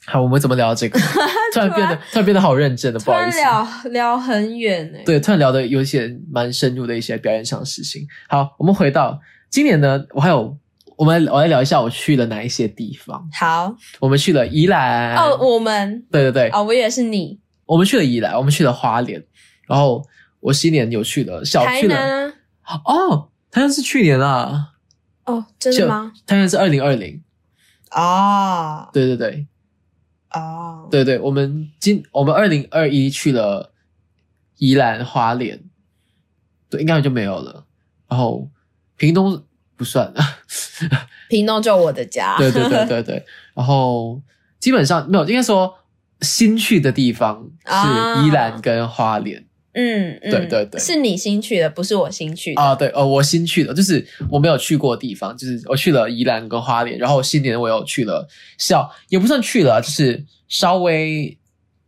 Speaker 1: 好，我们怎么聊到这 个？突然变得突然变得好认真的，不
Speaker 2: 突
Speaker 1: 好意
Speaker 2: 然
Speaker 1: 思。
Speaker 2: 聊聊很远呢、欸
Speaker 1: 对，突然聊的有一些蛮深入的一些表演上的事情。好，我们回到今年呢，我还有我们我来聊一下我去了哪一些地方。
Speaker 2: 好
Speaker 1: 我们去了宜兰，
Speaker 2: 哦，我们
Speaker 1: 对哎对对，
Speaker 2: 哦，我以为是你
Speaker 1: 我们去了宜兰，我们去了花莲，然后我新年有去了小
Speaker 2: 台
Speaker 1: 去了
Speaker 2: 南啊，
Speaker 1: 哦，台南是去年啊啦，
Speaker 2: 哦，真的
Speaker 1: 就
Speaker 2: 吗？
Speaker 1: 台南是二零二零，
Speaker 2: 哦
Speaker 1: 对对对
Speaker 2: 哦，
Speaker 1: 对对，我们今我们二零二一去了宜兰花莲，对，应该就没有了，然后屏东不算了。
Speaker 2: 屏东就我的家，
Speaker 1: 对对对对对。然后基本上没有，应该说新去的地方是宜兰跟花莲
Speaker 2: 嗯，嗯
Speaker 1: 对对对
Speaker 2: 是你新去的，不是我新去的。
Speaker 1: 啊对哦，我新去的，就是我没有去过的地方，就是我去了宜兰跟花莲，然后新年我又去了小，也不算去了，啊就是稍微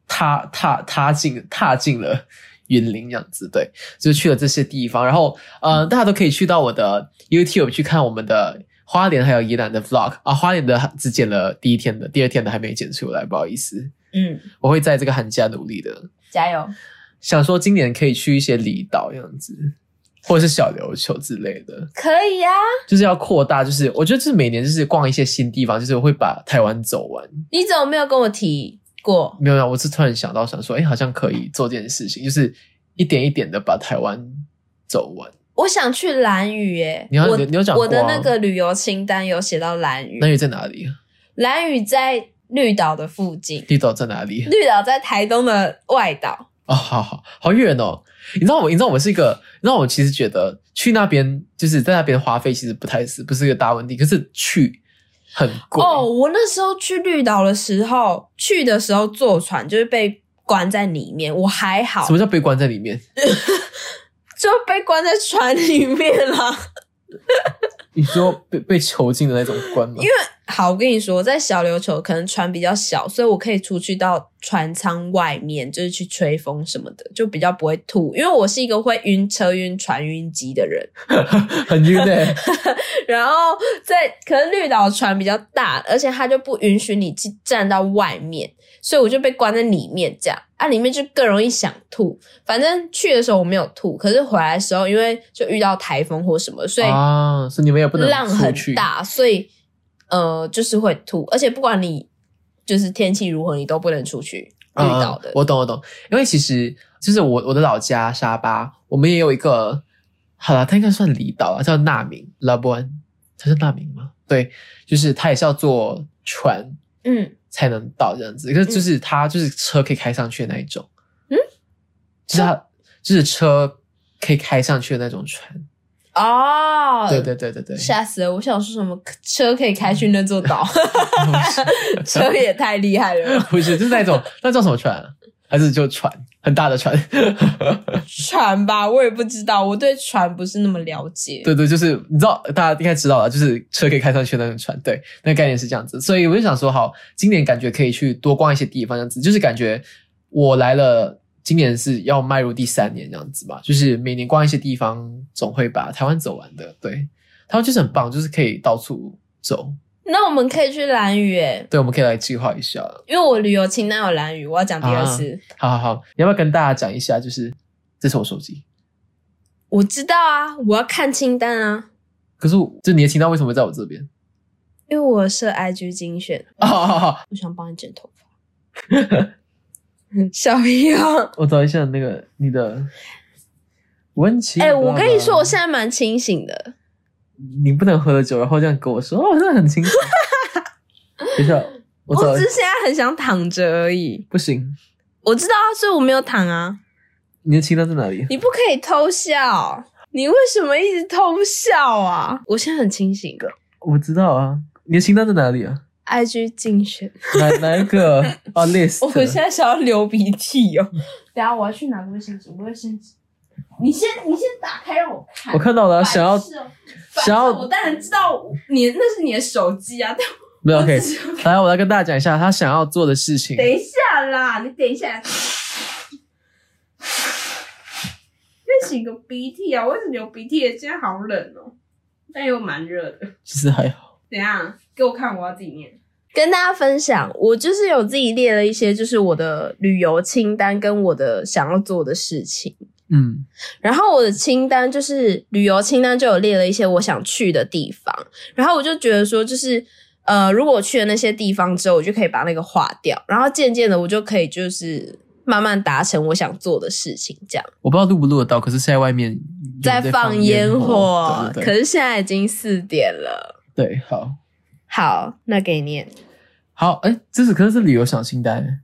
Speaker 1: 踏踏踏进踏进了。云林这样子，对，就去了这些地方，然后，呃，大家都可以去到我的 YouTube 去看我们的花莲还有宜兰的 Vlog 啊，花莲的只剪了第一天的，第二天的还没剪出来，不好意思。
Speaker 2: 嗯，
Speaker 1: 我会在这个寒假努力的。
Speaker 2: 加油！
Speaker 1: 想说今年可以去一些离岛这样子，或者是小琉球之类的，
Speaker 2: 可以啊，
Speaker 1: 就是要扩大。就是我觉得就是每年就是逛一些新地方，就是我会把台湾走完。
Speaker 2: 你怎么没有跟我提过？
Speaker 1: 没有啊，我是突然想到想说，哎、好像可以做这件事情，就是一点一点的把台湾走完。
Speaker 2: 我想去兰屿耶，
Speaker 1: 你要
Speaker 2: 我
Speaker 1: 你你有讲过啊
Speaker 2: 我的那个旅游清单有写到兰屿
Speaker 1: 那，你在哪里？
Speaker 2: 兰屿在绿岛的附近，
Speaker 1: 离岛在哪里？
Speaker 2: 绿岛在台东的外岛。
Speaker 1: 哦，好好好远哦！你知道我，你知道我是一个，你知道我其实觉得去那边就是在那边花费其实不太是不是一个大问题，可是去很贵
Speaker 2: 哦，我那时候去绿岛的时候，去的时候坐船就是被关在里面，我还好
Speaker 1: 什，么叫被关在里面？
Speaker 2: 就被关在船里面了。
Speaker 1: 你说被被囚禁的那种关吗？因为
Speaker 2: 好，我跟你说，在小琉球可能船比较小，所以我可以出去到船舱外面，就是去吹风什么的，就比较不会吐。因为我是一个会晕车、晕船、晕机的人。
Speaker 1: 很晕欸诶、
Speaker 2: 然后在可能绿岛船比较大，而且它就不允许你去站到外面，所以我就被关在里面这样。啊，里面就更容易想吐。反正去的时候我没有吐，可是回来的时候，因为就遇到台风或什么，所以
Speaker 1: 啊，所以你们也不能
Speaker 2: 浪
Speaker 1: 出
Speaker 2: 很
Speaker 1: 去。
Speaker 2: 大，所以呃，就是会吐，而且不管你就是天气如何，你都不能出去绿岛的
Speaker 1: 嗯。我懂我懂，因为其实就是我我的老家沙巴，我们也有一个，好了，它应该算离岛啊，叫纳明拉布安，它是纳明吗？对，就是它也是要坐船
Speaker 2: 嗯，
Speaker 1: 才能到这样子，可是就是它就是车可以开上去的那一种，
Speaker 2: 嗯，
Speaker 1: 就是它就是车可以开上去的那种船，
Speaker 2: 哦，
Speaker 1: 对对对对对，
Speaker 2: 吓死了！我想说什么车可以开去那 座岛，车也太厉害了吧，
Speaker 1: 不是，就是那种那叫什么船、啊？还是就船很大的船？
Speaker 2: 船吧，我也不知道，我对船不是那么了解。
Speaker 1: 对对，就是你知道，大家应该知道了，就是车可以开上去的那种船，对，那个概念是这样子。所以我就想说，好，今年感觉可以去多逛一些地方，这样子，就是感觉我来了，今年是要迈入第三年这样子吧，就是每年逛一些地方，总会把台湾走完的。对，台湾就是很棒，就是可以到处走。
Speaker 2: 那我们可以去蓝屿诶，
Speaker 1: 对，我们可以来计划一下。
Speaker 2: 因为我旅游清单有蓝屿，我要讲第二次。
Speaker 1: 好好好，你要不要跟大家讲一下？就是这是我手机，
Speaker 2: 我知道啊，我要看清单啊，
Speaker 1: 可是我就你的清单为什么会在我这边？
Speaker 2: 因为我设 IG 精选，
Speaker 1: 啊、好好好，
Speaker 2: 我想帮你剪头发。小样，
Speaker 1: 我找一下那个你的温情。
Speaker 2: 哎、我跟你说，我现
Speaker 1: 在
Speaker 2: 在蛮清醒的。
Speaker 1: 你不能喝了酒，然后这样跟我说，哦，我真的很 清醒。等一下，我
Speaker 2: 我
Speaker 1: 找一
Speaker 2: 只是现在很想躺着而已。
Speaker 1: 不行，
Speaker 2: 我知道啊，所以我没有躺啊。
Speaker 1: 你的清单在哪里？
Speaker 2: 你不可以偷笑，你为什么一直偷笑啊？我现在很清醒的，
Speaker 1: 我知道啊，你的清单在哪里啊？
Speaker 2: IG 竞选，
Speaker 1: 哪哪一个啊？list，
Speaker 2: 我现在想要流鼻涕哦。 等下我要去拿卫生纸，我卫生纸。你先，你先打开让我看。
Speaker 1: 我看到了，
Speaker 2: 白痴
Speaker 1: 想要
Speaker 2: 哦白痴
Speaker 1: 想要
Speaker 2: 我当然知道你那是你的手机啊， 但
Speaker 1: 没有
Speaker 2: 我
Speaker 1: OK
Speaker 2: 自。己有
Speaker 1: 来，我来跟大家讲一下他想要做的事情。
Speaker 2: 等一下啦，你等一下。再擤个鼻涕啊！我一直流鼻涕，现在好冷哦，但又蛮热的。
Speaker 1: 其实还好，
Speaker 2: 怎样？给我看，我要自己念。跟大家分享，我就是有自己列了一些，就是我的旅游清单跟我的想要做的事情。
Speaker 1: 嗯，
Speaker 2: 然后我的清单就是旅游清单，就有列了一些我想去的地方。然后我就觉得说，就是呃，如果我去了那些地方之后，我就可以把那个划掉，然后渐渐的我就可以就是慢慢达成我想做的事情，这样。
Speaker 1: 我不知道录不录得到，可是现在外面有
Speaker 2: 在放
Speaker 1: 烟
Speaker 2: 烟火，
Speaker 1: 对
Speaker 2: 可
Speaker 1: 对
Speaker 2: 是现在已经四点了。
Speaker 1: 对对，好，
Speaker 2: 好，那给你念
Speaker 1: 好，哎，这是可是是旅游小清单，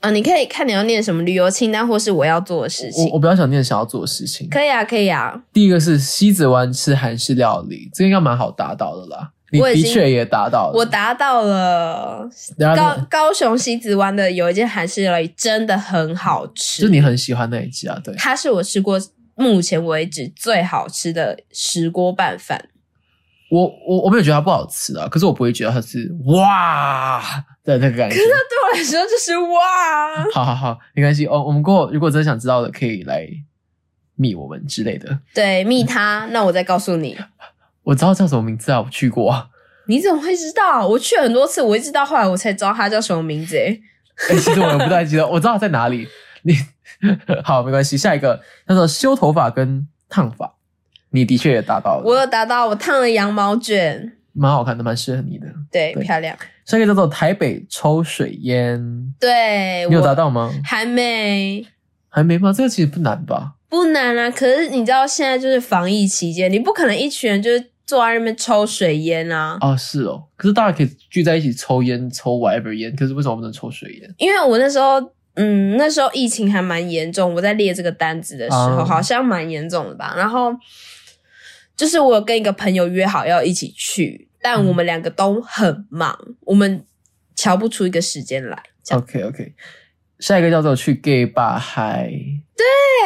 Speaker 2: 啊，你可以看你要念什么旅游清单，或是我要做的事
Speaker 1: 我
Speaker 2: 情
Speaker 1: 我。比较想念想要做的事情。
Speaker 2: 可以啊，可以啊，
Speaker 1: 第一个是西子湾吃韩式料理，这个应该蛮好达到的啦。你
Speaker 2: 我已
Speaker 1: 的
Speaker 2: 经
Speaker 1: 确也达到了，啊
Speaker 2: 我达到了。
Speaker 1: 然后
Speaker 2: 高
Speaker 1: 呢
Speaker 2: 高雄西子湾的有一间韩式料理真的很好吃，
Speaker 1: 就你很喜欢那一集啊，对，
Speaker 2: 它是我吃过目前为止最好吃的石锅拌饭。
Speaker 1: 我我我没有觉得它不好吃啊，可是我不会觉得它是哇的那个感觉。
Speaker 2: 对我来说就是哇，
Speaker 1: 好好好，没关系哦。我们过后如果真的想知道的，可以来密我们之类的。
Speaker 2: 对，密他，那我再告诉你。
Speaker 1: 我知道叫什么名字啊，我去过啊。
Speaker 2: 你怎么会知道？我去了很多次，我一直到后来我才知道它叫什么名字。诶
Speaker 1: 哎、其实我也不太记得，我知道它在哪里。 你好，没关系。下一个叫做修头发跟烫发，你的确也达到了，
Speaker 2: 我有达到，我烫了羊毛卷，
Speaker 1: 蛮好看的，蛮适合你的。
Speaker 2: 对，
Speaker 1: 对
Speaker 2: 漂亮。
Speaker 1: 下一个叫做台北抽水烟，
Speaker 2: 对，
Speaker 1: 你有达
Speaker 2: 我
Speaker 1: 到吗？
Speaker 2: 还没。
Speaker 1: 还没吗？这个其实不难吧？
Speaker 2: 不难啊，可是你知道现在就是防疫期间，你不可能一群人就是坐在那边抽水烟啊。
Speaker 1: 哦，是哦。可是大家可以聚在一起抽烟，抽 whatever 烟，可是为什么不能抽水烟？
Speaker 2: 因为我那时候，嗯，那时候疫情还蛮严重，我在列这个单子的时候，
Speaker 1: 啊
Speaker 2: 好像蛮严重的吧。然后就是我有跟一个朋友约好要一起去，但
Speaker 1: 嗯
Speaker 2: 我们两个都很忙，我们瞧不出一个时间来。这样
Speaker 1: OK OK，下一个叫做去 gay bar 嗨，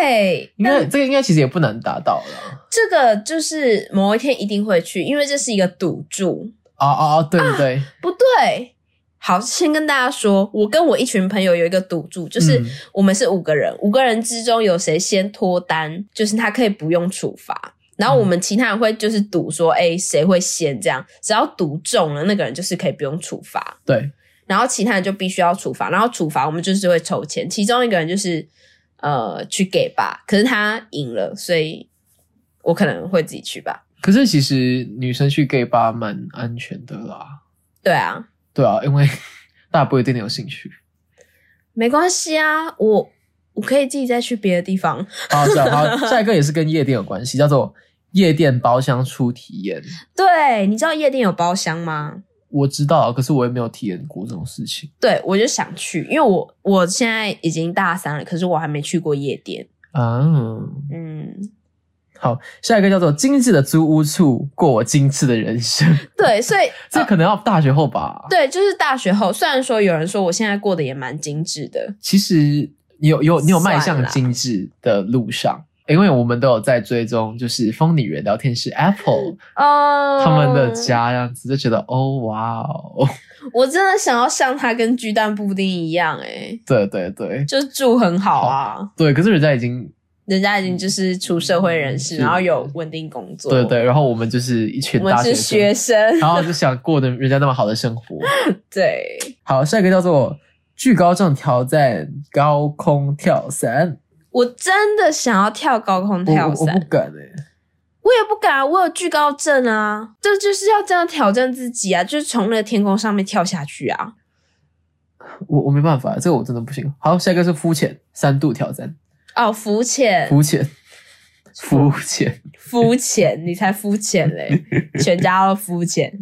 Speaker 2: 对，
Speaker 1: 应该这个应该其实也不难达到了。
Speaker 2: 这个就是某一天一定会去，因为这是一个赌注。
Speaker 1: 哦哦哦，对对对，
Speaker 2: 不对，好，先跟大家说，我跟我一群朋友有一个赌注，就是
Speaker 1: 嗯
Speaker 2: 我们是五个人，五个人之中有谁先脱单，就是他可以不用处罚。然后我们其他人会就是赌说，哎、谁会先这样？只要赌中了，那个人就是可以不用处罚，
Speaker 1: 对，
Speaker 2: 然后其他人就必须要处罚。然后处罚我们就是会抽签，其中一个人就是呃去给吧，可是他赢了，所以我可能会自己去吧。
Speaker 1: 可是其实女生去 gay bar 蛮安全的啦。
Speaker 2: 对啊，
Speaker 1: 对啊，因为 大家不一定有兴趣。
Speaker 2: 没关系啊，我我可以自己再去别的地方。
Speaker 1: 好， 是啊好，下一个也是跟夜店有关系，叫做夜店包厢初体验。
Speaker 2: 对，你知道夜店有包厢吗？
Speaker 1: 我知道，可是我也没有体验过这种事情。
Speaker 2: 对，我就想去，因为我我现在已经大三了，可是我还没去过夜店。
Speaker 1: 啊，
Speaker 2: 嗯，
Speaker 1: 好，下一个叫做精致的租屋处，过我精致的人生。
Speaker 2: 对，所以
Speaker 1: 这可能要大学后吧。
Speaker 2: 对，就是大学后，虽然说有人说我现在过得也蛮精致的，
Speaker 1: 其实你有有你有迈
Speaker 2: 算
Speaker 1: 向
Speaker 2: 啦
Speaker 1: 精致的路上，因为我们都有在追踪，就是疯女人聊天室 Apple
Speaker 2: 哦、
Speaker 1: 他们的，家这样子，就觉得哦哇哦，
Speaker 2: 我真的想要像他跟巨蛋布丁一样、诶
Speaker 1: 对对对
Speaker 2: 就住很好啊。
Speaker 1: 对，可是人家已经
Speaker 2: 人家已经就是出社会人士，
Speaker 1: 是
Speaker 2: 然后有稳定工作。
Speaker 1: 对对，，然后我们就是一群
Speaker 2: 我
Speaker 1: 大
Speaker 2: 们
Speaker 1: 学
Speaker 2: 是学
Speaker 1: 生，
Speaker 2: 生。
Speaker 1: 然后就想过的人家那么好的生活。
Speaker 2: 对，
Speaker 1: 好，下一个叫做巨高症挑战高空跳伞，
Speaker 2: 我真的想要跳高空
Speaker 1: 我
Speaker 2: 跳
Speaker 1: 我我不
Speaker 2: 伞，
Speaker 1: 敢哎、
Speaker 2: 我也不敢啊，我有惧高症啊，这就是要这样挑战自己啊，就是从那个天空上面跳下去啊。
Speaker 1: 我我没办法，这个我真的不行。好，下一个是浮潜三度挑战，
Speaker 2: 哦，浮潜，
Speaker 1: 浮潜，浮潜。
Speaker 2: 肤浅，你才肤浅 嘞，全家都肤浅。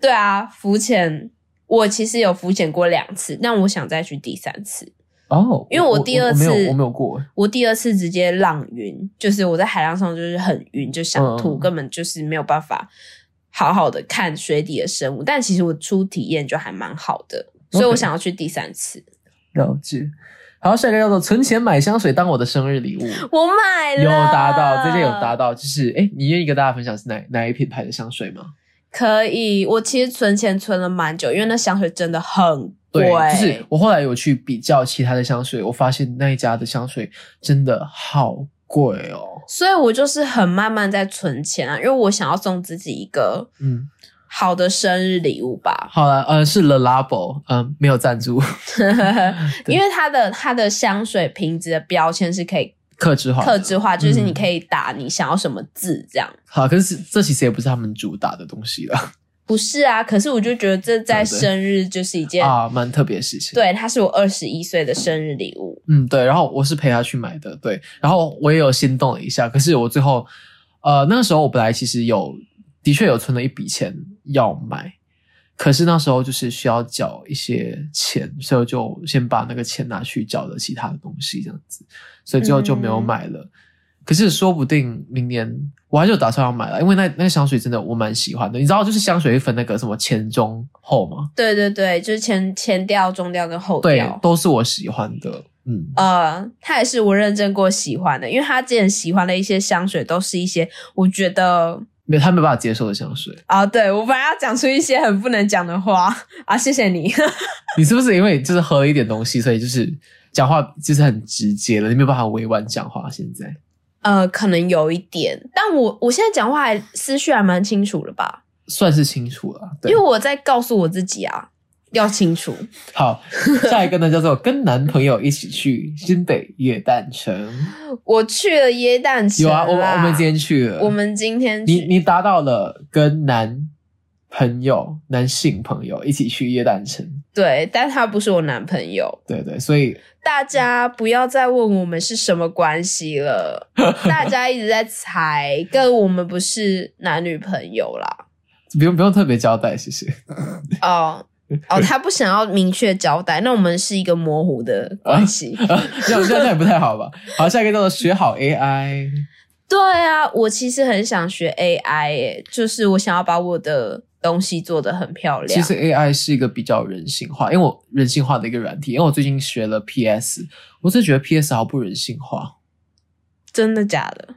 Speaker 2: 对啊，浮潜，我其实有浮潜过两次，但我想再去第三次。
Speaker 1: 哦，
Speaker 2: 因为我第二次
Speaker 1: 我没有我没有过，
Speaker 2: 我第二次直接浪晕，就是我在海浪上就是很晕，就想吐，
Speaker 1: 嗯
Speaker 2: 根本就是没有办法好好的看水底的生物，但其实我初体验就还蛮好的，所以我想要去第三次。
Speaker 1: 了解。好，下一个叫做存钱买香水当我的生日礼物，
Speaker 2: 我买了，
Speaker 1: 有达到，这件有达，到，就是哎，你愿意跟大家分享是哪哪一品牌的香水吗？
Speaker 2: 可以。我其实存钱存了蛮久，因为那香水真的很贵，
Speaker 1: 就是我后来有去比较其他的香水，我发现那一家的香水真的好贵哦。
Speaker 2: 所以我就是很慢慢在存钱啊，因为我想要送自己一个
Speaker 1: 嗯，
Speaker 2: 好的生日礼物 吧。
Speaker 1: 好了，呃，是 The Labo，嗯、没有赞助， 对
Speaker 2: 因为它的它的香水瓶子的标签是可以
Speaker 1: 克制化的，
Speaker 2: 克制化，就是你
Speaker 1: 嗯
Speaker 2: 可以打你想要什么字这样。
Speaker 1: 好，可是这其实也不是他们主打的东西了
Speaker 2: 不是啊，可是我就觉得这
Speaker 1: 对
Speaker 2: 在生日就是一件，
Speaker 1: 啊，蛮特别的事情。，
Speaker 2: 对，它是我二十一岁的生日礼物。
Speaker 1: 嗯，对。然后我是陪他去买的，对。然后我也有心动了一下，可是我最后，呃，那时候我本来其实有的确有存了一笔钱要买，可是那时候就是需要缴一些钱，所以我就先把那个钱拿去缴了其他的东西，这样子，所以最后就没有
Speaker 2: 嗯
Speaker 1: 买了。可是说不定明年我还是有打算要买了，因为那那个香水真的我蛮喜欢的。你知道，就是香水会分那个什么前中后吗？
Speaker 2: 对对对，就是前前调、中调跟后
Speaker 1: 对
Speaker 2: 调，。
Speaker 1: 都是我喜欢的。嗯，
Speaker 2: 呃，它也是我认真过喜欢的，因为他之前喜欢的一些香水都是一些我觉得
Speaker 1: 没有他没办法接受的香水。
Speaker 2: 啊，对我本来要讲出一些很不能讲的话 啊，谢谢你。
Speaker 1: 你是不是因为就是喝了一点东西，所以就是讲话就是很直接了，你没有办法委婉讲话？现在
Speaker 2: 呃，可能有一点，但我我现在讲话还思绪还蛮清楚了吧？
Speaker 1: 算是清楚了。
Speaker 2: 因
Speaker 1: 对
Speaker 2: 为，我在告诉我自己啊，要清楚。
Speaker 1: 好，下一个呢叫做跟男朋友一起去新北夜诞城。
Speaker 2: 我去了耶诞城
Speaker 1: 有
Speaker 2: 啦，
Speaker 1: 啊，我我们今天去了，
Speaker 2: 我们今天
Speaker 1: 你
Speaker 2: 去
Speaker 1: 你达到了跟男朋友、男性朋友一起去夜诞城。
Speaker 2: 对，但他不是我男朋友。
Speaker 1: 对对，所以
Speaker 2: 大家不要再问我们是什么关系 了，大家一直在猜，跟我们不是男女朋友 啦。
Speaker 1: 不用不用特别交代，谢 谢。
Speaker 2: 哦哦，他不想要明确交代，那我们是一个模糊的 关系。
Speaker 1: 啊这样这样也不太好吧？好，下一个叫做学好 AI。
Speaker 2: 对啊，我其实很想学 AI，耶就是我想要把我的东西做得很漂
Speaker 1: 其
Speaker 2: 亮。
Speaker 1: 实 AI 是一个比较人性化，因为我人性化的一个软体，因为我最近学了 PS，我是觉得 PS 好不人性化，
Speaker 2: 真的假的？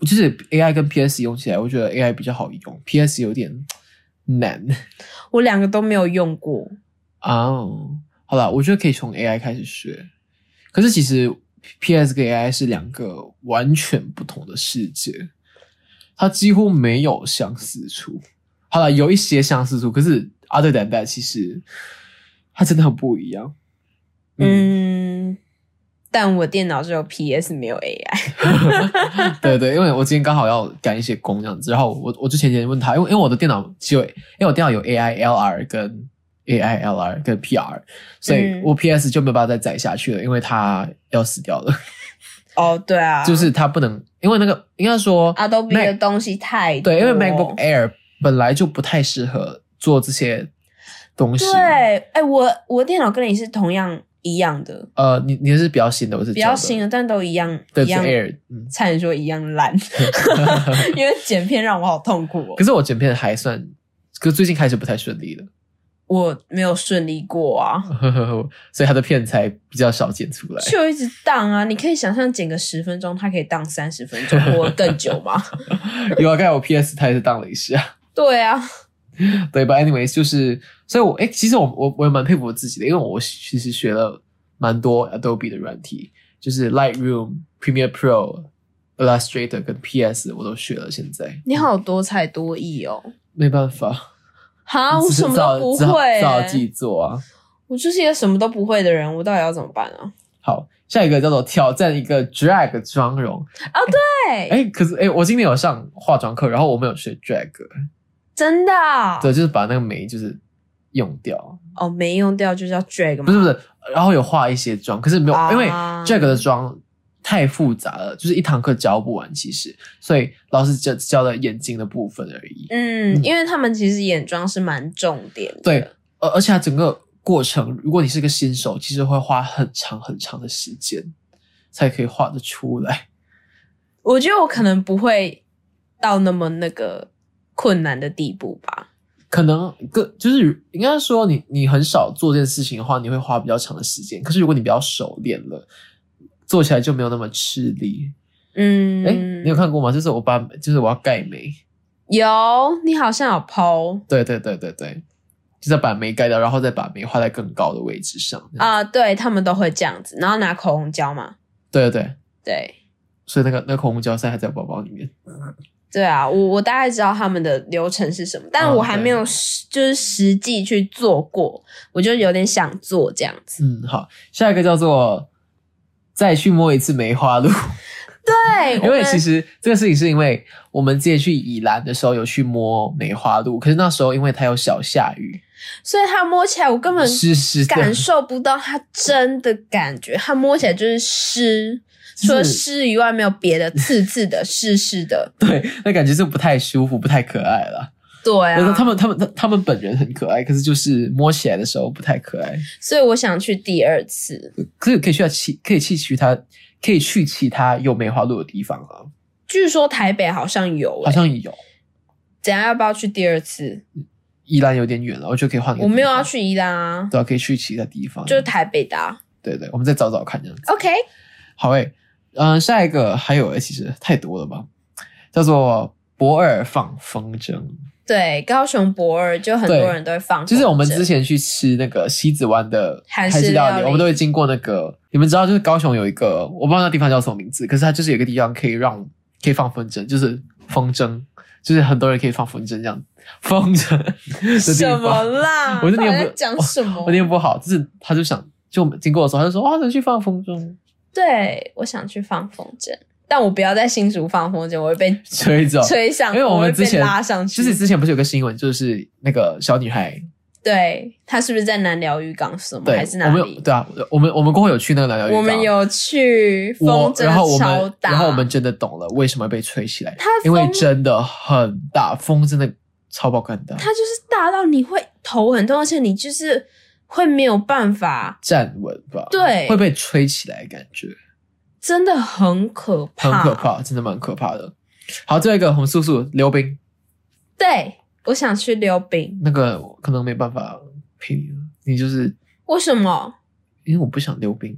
Speaker 1: 就是 AI 跟 PS 用起来，我觉得 AI 比较好用，PS 有点难
Speaker 2: 我两个都没有用过。
Speaker 1: 哦。好了，我觉得可以从 AI 开始学，可是其实 PS 跟 AI 是两个完全不同的世界，它几乎没有相似处。好了，有一些相似处，可是 other than that，其实它真的很不一样。
Speaker 2: 嗯，但我电脑只有 PS 没有 AI。
Speaker 1: 对对，因为我今天刚好要赶一些工这样子，然后我我之前也问他，因为因为我的电脑只有，因为我电脑有 AI LR 跟 AI LR 跟 PR，所以
Speaker 2: 嗯
Speaker 1: 我 PS 就没办法再载下去了，因为它要死掉了，
Speaker 2: 哦，对啊，
Speaker 1: 就是它不能，因为那个应该说
Speaker 2: Adobe
Speaker 1: Mac-
Speaker 2: 的哦东西太多
Speaker 1: 对，因为 MacBook Air 本来就不太适合做这些东西
Speaker 2: 对，。哎、我我电脑跟你是同样一样的，
Speaker 1: 呃，你你是比较新的，我是
Speaker 2: 比较
Speaker 1: 旧
Speaker 2: 新的，但都一样
Speaker 1: 对
Speaker 2: 一样。
Speaker 1: Air，嗯，
Speaker 2: 差点说一样 烂，因为剪片让我好痛苦哦
Speaker 1: 可。是我剪片还算，可是最近开始不太顺利了。
Speaker 2: 我没有顺利过啊，
Speaker 1: 所以他的片才比较少剪出来。
Speaker 2: 就一直荡啊。你可以想象剪个十分钟，它可以荡三十分钟或更久 吗？
Speaker 1: 有啊，刚才我 PS 他也是当了一下，
Speaker 2: 对啊，
Speaker 1: 对吧？Anyways，就是，所以我哎、其实我我我也蛮佩服我自己的，因为我其实学了蛮多 Adobe 的软体，就是 Lightroom、Premiere Pro、Illustrator 跟 PS 我都学了。现在
Speaker 2: 你好多才多艺哦。
Speaker 1: 没办法，
Speaker 2: 哈，啊我
Speaker 1: 只是
Speaker 2: 什么
Speaker 1: 只好
Speaker 2: 都不
Speaker 1: 只好
Speaker 2: 会、
Speaker 1: 只好
Speaker 2: 欸，
Speaker 1: 自己做啊。
Speaker 2: 我就是一个什么都不会的人，我到底要怎么办啊？
Speaker 1: 好，下一个叫做挑战一个 drag 妆容。
Speaker 2: 对，
Speaker 1: 哎、可是哎、我今天有上化妆课，然后我们有学 drag，
Speaker 2: 真的啊、
Speaker 1: 对，就是把那个眉就是用掉。
Speaker 2: 哦，没用掉就叫 drag 嘛，
Speaker 1: 不是不是，然后有化一些妆，可是没有，
Speaker 2: 啊
Speaker 1: 因为这个的妆太复杂了，就是一堂课教不完，其实，所以老师只教了眼睛的部分而已。
Speaker 2: 嗯，
Speaker 1: 嗯
Speaker 2: 因为他们其实眼妆是蛮重点的，
Speaker 1: 对，而而且它整个过程，如果你是个新手，其实会花很长很长的时间才可以画得出来。
Speaker 2: 我觉得我可能不会到那么那个困难的地步吧。
Speaker 1: 可能个就是应该说你你很少做这件事情的话，你会花比较长的时间。可是如果你比较熟练了，做起来就没有那么吃力。
Speaker 2: 嗯，
Speaker 1: 哎、你有看过吗？就是我把就是我要盖眉，
Speaker 2: 有你好像有抛
Speaker 1: 对对对对对，就是把眉盖掉，然后再把眉画在更高的位置上。啊，
Speaker 2: 啊、对他们都会这样子，然后拿口红胶嘛，
Speaker 1: 对对对，
Speaker 2: 对。
Speaker 1: 所以那个那个口红胶塞还在我包包里面。
Speaker 2: 对啊，我我大概知道他们的流程是什么，但我还没有
Speaker 1: 哦对
Speaker 2: 实、就是实际去做过，我就有点想做这样子。
Speaker 1: 嗯，好，下一个叫做再去摸一次梅花鹿。
Speaker 2: 对，
Speaker 1: 嗯 因
Speaker 2: 我
Speaker 1: 为
Speaker 2: 们
Speaker 1: 其实这个事情是因为我们之前去宜兰的时候有去摸梅花鹿，可是那时候因为它有小下雨，
Speaker 2: 所以它摸起来我根本
Speaker 1: 湿湿的，
Speaker 2: 感受不到它真的感觉，它摸起来就是湿，除了湿以外没有别的，刺刺的、湿湿的。
Speaker 1: 对，那感觉是不太舒服，不太可爱了。
Speaker 2: 对
Speaker 1: 但是
Speaker 2: 啊，
Speaker 1: 他们他们他他们本人很可爱，可是就是摸起来的时候不太可爱。
Speaker 2: 所以我想去第二次。
Speaker 1: 可是可以去其可以去其他可以去其他有梅花鹿的地方啊，
Speaker 2: 据说台北好像有、欸，
Speaker 1: 好像有。
Speaker 2: 怎样要不要去第二次？
Speaker 1: 宜兰有点远了，我就可以换。
Speaker 2: 我没有要，去宜兰啊，
Speaker 1: 对啊，可以去其他地方。
Speaker 2: 就是哦台北的、啊。
Speaker 1: 对对，我们再找找看这样子。
Speaker 2: OK，
Speaker 1: 好诶、嗯、下一个还有诶、其实太多了吧，叫做博尔放风筝，
Speaker 2: 对，高雄博尔就很多
Speaker 1: 对
Speaker 2: 人都会放，
Speaker 1: 就是我们之。前去吃那个西子湾的
Speaker 2: 韩式
Speaker 1: 式
Speaker 2: 料
Speaker 1: 料
Speaker 2: 理
Speaker 1: 我们都会经过那个，你们知道就是高雄有一个，我不知道那地方叫什么名字，可是它就是有一个地方可以让可以放风筝，就是风筝，就是很多人可以放风筝这样，风筝的地
Speaker 2: 什
Speaker 1: 方
Speaker 2: 么啦？
Speaker 1: 我就
Speaker 2: 到底
Speaker 1: 念
Speaker 2: 在
Speaker 1: 不
Speaker 2: 讲什么？
Speaker 1: 我念不好，就是他就想，就我们经过的时候，他就说哇，能去放风筝，
Speaker 2: 对，我想去放风筝，但我不要在新竹放风筝，我会被
Speaker 1: 吹走。
Speaker 2: 吹上，
Speaker 1: 哦因为
Speaker 2: 我
Speaker 1: 我
Speaker 2: 会
Speaker 1: 们
Speaker 2: 被
Speaker 1: 之前
Speaker 2: 拉上
Speaker 1: 就
Speaker 2: 去。
Speaker 1: 是之前不是有个新闻，就是那个小女孩
Speaker 2: 对他是不是在南寮渔港什么，
Speaker 1: 对，
Speaker 2: 还是哪
Speaker 1: 我们有
Speaker 2: 里？
Speaker 1: 对啊，我们我们过后有去那个南寮渔港，
Speaker 2: 我们有去风
Speaker 1: 我，
Speaker 2: 筝
Speaker 1: 然后我
Speaker 2: 超
Speaker 1: 们
Speaker 2: 大，
Speaker 1: 然后我们真的懂了为什么被吹起来
Speaker 2: 它，
Speaker 1: 因为
Speaker 2: 风
Speaker 1: 真的很大，风真的超爆干的，
Speaker 2: 它就是大到你会头很痛，而且你就是会没有办法，
Speaker 1: 站稳吧，
Speaker 2: 对
Speaker 1: 会被吹起来，感觉
Speaker 2: 真的很可怕，
Speaker 1: 很可。怕，真的蛮可怕的。好，最后一个红素素溜冰，
Speaker 2: 对，我想去溜冰，
Speaker 1: 那个我可能没办法陪你了，你就是
Speaker 2: 为什么？
Speaker 1: 因为我不想溜冰，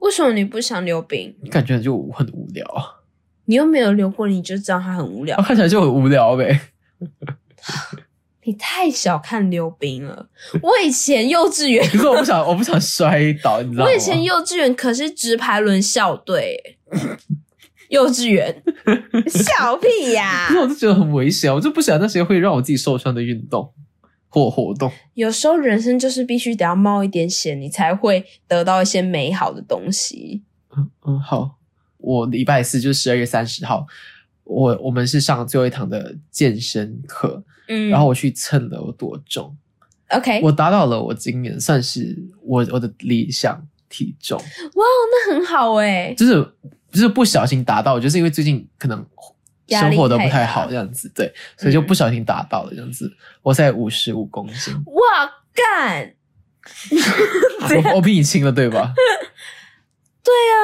Speaker 2: 为什么你不想溜冰？
Speaker 1: 你感觉就很无聊， 啊，
Speaker 2: 你又没有溜过，你就知道它很无聊。
Speaker 1: 看起来就很无聊呗。
Speaker 2: 你太小看溜冰了。我以前幼稚园，
Speaker 1: 可是我不想，我不想摔倒，你知道吗？
Speaker 2: 我以前幼稚园可是直排轮校队 欸，幼稚园笑屁呀、
Speaker 1: 可是我就觉得很危险，我就不喜欢那些会让我自己受伤的运动或活动。
Speaker 2: 有时候人生就是必须得要冒一点险，你才会得到一些美好的东西。
Speaker 1: 嗯，好，我礼拜四就是十二月三十号，我我们是上最后一堂的健身课，
Speaker 2: 嗯，
Speaker 1: 然后我去称了有多重，
Speaker 2: OK，
Speaker 1: 我达到了我今年算是我我的理想体重，
Speaker 2: 哇，那很好哎、
Speaker 1: 就是就是不小心达到，就是因为最近可能。
Speaker 2: 压
Speaker 1: 生
Speaker 2: 力
Speaker 1: 活的不
Speaker 2: 太
Speaker 1: 太
Speaker 2: 大
Speaker 1: 好，这样子对，所以就不小心达到了这样子。我才五十五公斤，
Speaker 2: 哇干，
Speaker 1: 我我比你轻了对吧？
Speaker 2: 对啊，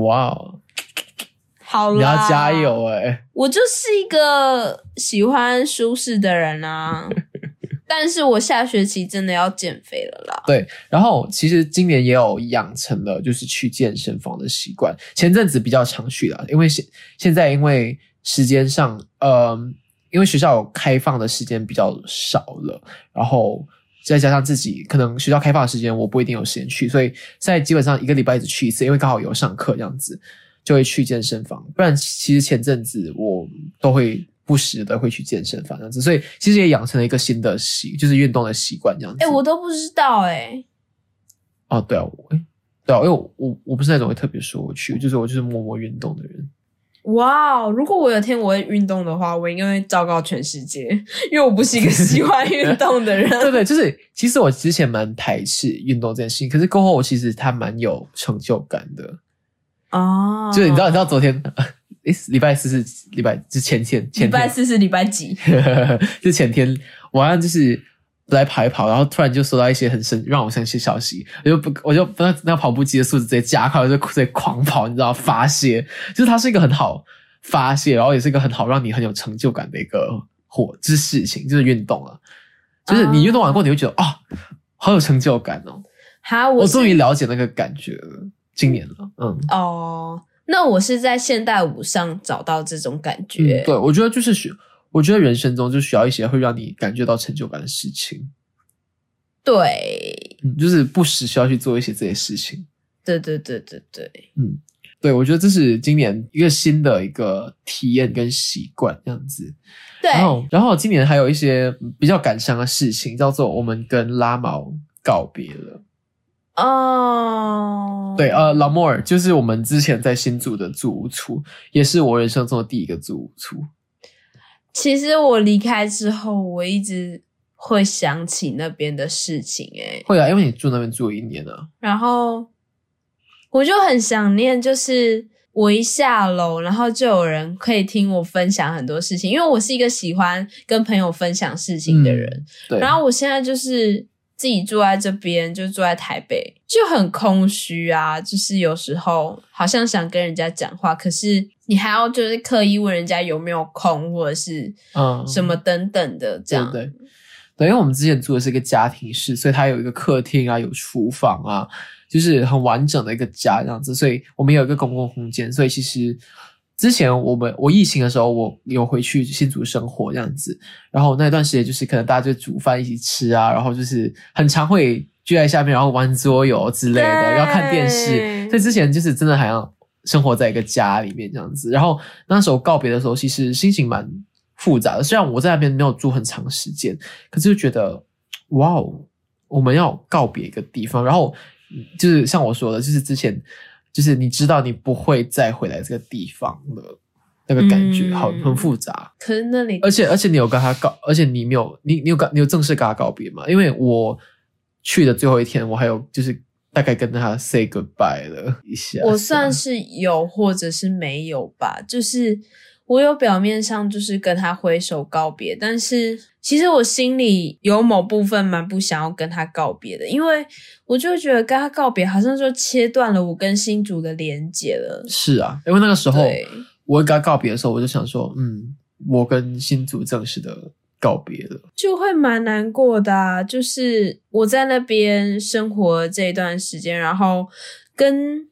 Speaker 1: 哇哦，
Speaker 2: 好啦，
Speaker 1: 你要加！油哎、
Speaker 2: 我就是一个喜欢舒适的人 啊，但是我下学期真的要减肥了啦。
Speaker 1: 然后其实今年也有养成了就是去健身房的习惯，前阵子比较常去了，因为现现在因为时间上，呃，因为学校有开放的时间比较少了，然后再加上自己可能学校开放的时间我不一定有时间去，所以现在基本上一个礼拜只去一次，因为刚好有上课这样子，就会去健身房。不然其实前阵子我都会。不时的会去健身房这样子，所以其实也养成了一个新的习，就是运动的习惯这样子。
Speaker 2: 哎、我都不知道哎、
Speaker 1: 哦，对啊，我诶对啊，因为我我我不是那种会特别说我去，就是我就是默默运动的人。
Speaker 2: 哇哦！如果我有天我会运动的话，我应该会昭告全世界， 因为我不是一个喜欢运动的人。
Speaker 1: 对对，就是其实我之前蛮排斥运动这件事情，可是过后我其实它蛮有成就感的。
Speaker 2: 哦，
Speaker 1: 就是你知道，你知道昨天， 诶，礼拜四是礼拜是前天，前
Speaker 2: 礼拜
Speaker 1: 天
Speaker 2: 四是礼拜几？
Speaker 1: 就前天晚上就是来跑一跑，然后突然就收到一些很生让我生气的消息，我就不我就那那跑步机的速度直接加快，我就直接狂跑，你知道发泄，就是它是一个很好发泄，然后也是一个很好让你很有成就感的一个活，就是事情，就是运动了。就是你运动完过，你会觉得啊、好有成就感哦！
Speaker 2: 哈，
Speaker 1: 我
Speaker 2: 我是
Speaker 1: 终于了解那个感觉了。今年了，嗯，
Speaker 2: 哦，那我是在现代舞上找到这种感觉
Speaker 1: 嗯，，对，我觉得就是需，我觉得人生中就需要一些会让你感觉到成就感的事情，
Speaker 2: 对，
Speaker 1: 嗯，就是不时需要去做一些这些事情。
Speaker 2: 对对对对对，
Speaker 1: 对，我觉得这是今年一个新的一个体验跟习惯这样子。
Speaker 2: 对，
Speaker 1: 然后，然后今年还有一些比较感伤的事情，叫做我们跟拉毛告别了。
Speaker 2: 哦，
Speaker 1: 对，呃，老莫尔就是我们之前在新住的住屋处，也是我人生中的第一个住屋处。
Speaker 2: 其实我离开之后，我一直会想起那边的事情、诶，
Speaker 1: 会啊，因为你住那边住了一年啊，
Speaker 2: 然后我就很想念，就是我一下楼，然后就有人可以听我分享很多事情，因为我是一个喜欢跟朋友分享事情的人。
Speaker 1: 嗯对，
Speaker 2: 然后我现在就是自己住在这边，就住在台北，就很空虚啊。就是有时候好像想跟人家讲话，可是你还要就是刻意问人家有没有空，或者是
Speaker 1: 嗯
Speaker 2: 什么等等的这样。
Speaker 1: 对对对，因为我们之前住的是一个家庭式，所以它有一个客厅啊，有厨房啊，就是很完整的一个家这样子，所以我们有一个公共空间，所以其实。之前我们我疫情的时候，我有回去新竹生活这样子，然后那段时间就是可能大家就煮饭一起吃啊，然后就是很常会聚在下面，然后玩桌游之类的，
Speaker 2: 对
Speaker 1: 然后看电
Speaker 2: 嗯
Speaker 1: 视。所以之前就是真的好像生活在一个家里面这样子。然后那时候告别的时候，其实心情蛮复杂的。虽然我在那边没有住很长时间，可是就觉得哇哦，我们要告别一个地方，然后嗯就是像我说的，就是之前就是你知道你不会再回来这个地方了，那个感觉
Speaker 2: 嗯
Speaker 1: 好很复杂，
Speaker 2: 可是那里
Speaker 1: 而且而且你有跟他告，而且你没有你你有跟你有正式跟他告别吗？因为我去的最后一天，我还有就是大概跟他 say goodbye 了一下，
Speaker 2: 我算是有，或者是没有吧。就是我有表面上就是跟他挥手告别，但是其实我心里有某部分蛮不想要跟他告别的，因为我就觉得跟他告别好像就切断了我跟新竹的连接了。
Speaker 1: 是啊，因为那个时候
Speaker 2: 对，
Speaker 1: 我跟他告别的时候，我就想说，嗯，我跟新竹正式的告别了。
Speaker 2: 就会蛮难过的、啊。就是我在那边生活这一段时间，然后跟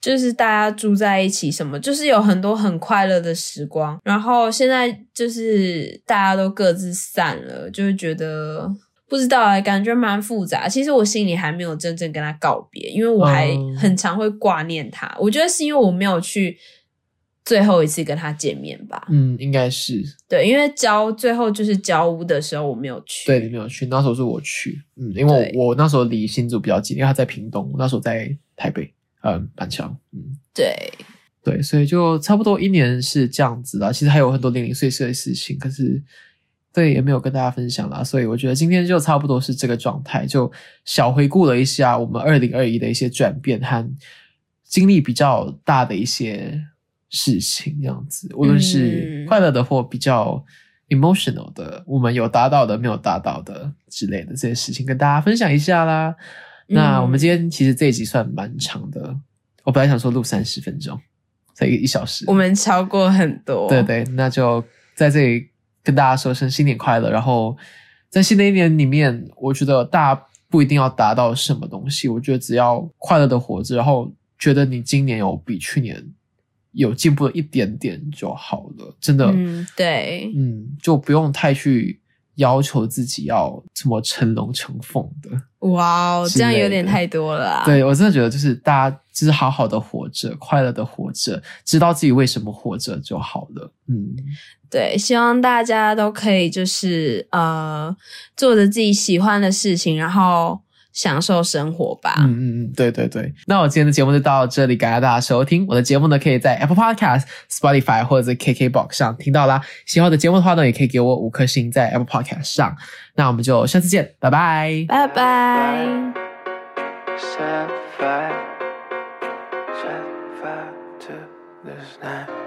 Speaker 2: 就是大家住在一起，什么就是有很多很快乐的时光。然后现在就是大家都各自散了，就会觉得。不知道哎、感觉蛮复杂。其实我心里还没有真正跟他告别，因为我还
Speaker 1: 嗯
Speaker 2: 很常会挂念他。我觉得是因为我没有去最后一次跟他见面吧。
Speaker 1: 嗯，应该是
Speaker 2: 对，因为交最后就是交屋的时候我没有去，
Speaker 1: 对，你没有去，那时候是我去，嗯，因为
Speaker 2: 对
Speaker 1: 我我那时候离新竹比较近，因为他在屏东，我那时候在台北，嗯，板桥，嗯，
Speaker 2: 对
Speaker 1: 对，所以就差不多一年是这样子啦。其实还有很多零零碎碎的事情，可是对也没有跟大家分享啦，所以我觉得今天就差不多是这个状态，就小回顾了一下我们二零二一的一些转变和经历比较大的一些事情，这样子，无论是
Speaker 2: 嗯
Speaker 1: 快乐的或比较 emotional 的，我们有达到的、没有达到的之类的这些事情，跟大家分享一下啦。那我们今天其实这一集算蛮长的，我本来想说录三十分钟，才一小时。
Speaker 2: 我们超过很多，
Speaker 1: 对，对，那就在这里跟大家说声新年快乐。然后在新的一年里面，我觉得大家不一定要达到什么东西，我觉得只要快乐的活着，然后觉得你今年有比去年有进步了一点点就好了，真的。
Speaker 2: 嗯对，
Speaker 1: 嗯，就不用太去要求自己要什么成龙成凤的。
Speaker 2: 哇哦，
Speaker 1: 之
Speaker 2: 这样有
Speaker 1: 类
Speaker 2: 点
Speaker 1: 的
Speaker 2: 太多了、啊，，
Speaker 1: 对我真的觉得，就是大家就是好好的活着，快乐的活着，知道自己为什么活着就好了。嗯，
Speaker 2: 对，希望大家都可以就是呃做着自己喜欢的事情，然后享受生活吧，
Speaker 1: 嗯嗯嗯，对对对。那我今天的节目就到这里，感谢大家收听。我的节目呢，可以在 Apple Podcast、Spotify 或者是 KKBox 上听到啦。喜欢我的节目的话呢，也可以给我五颗星在 Apple Podcast 上。那我们就下次见，拜拜。
Speaker 2: 拜拜。
Speaker 3: Set fire, set fire to this night.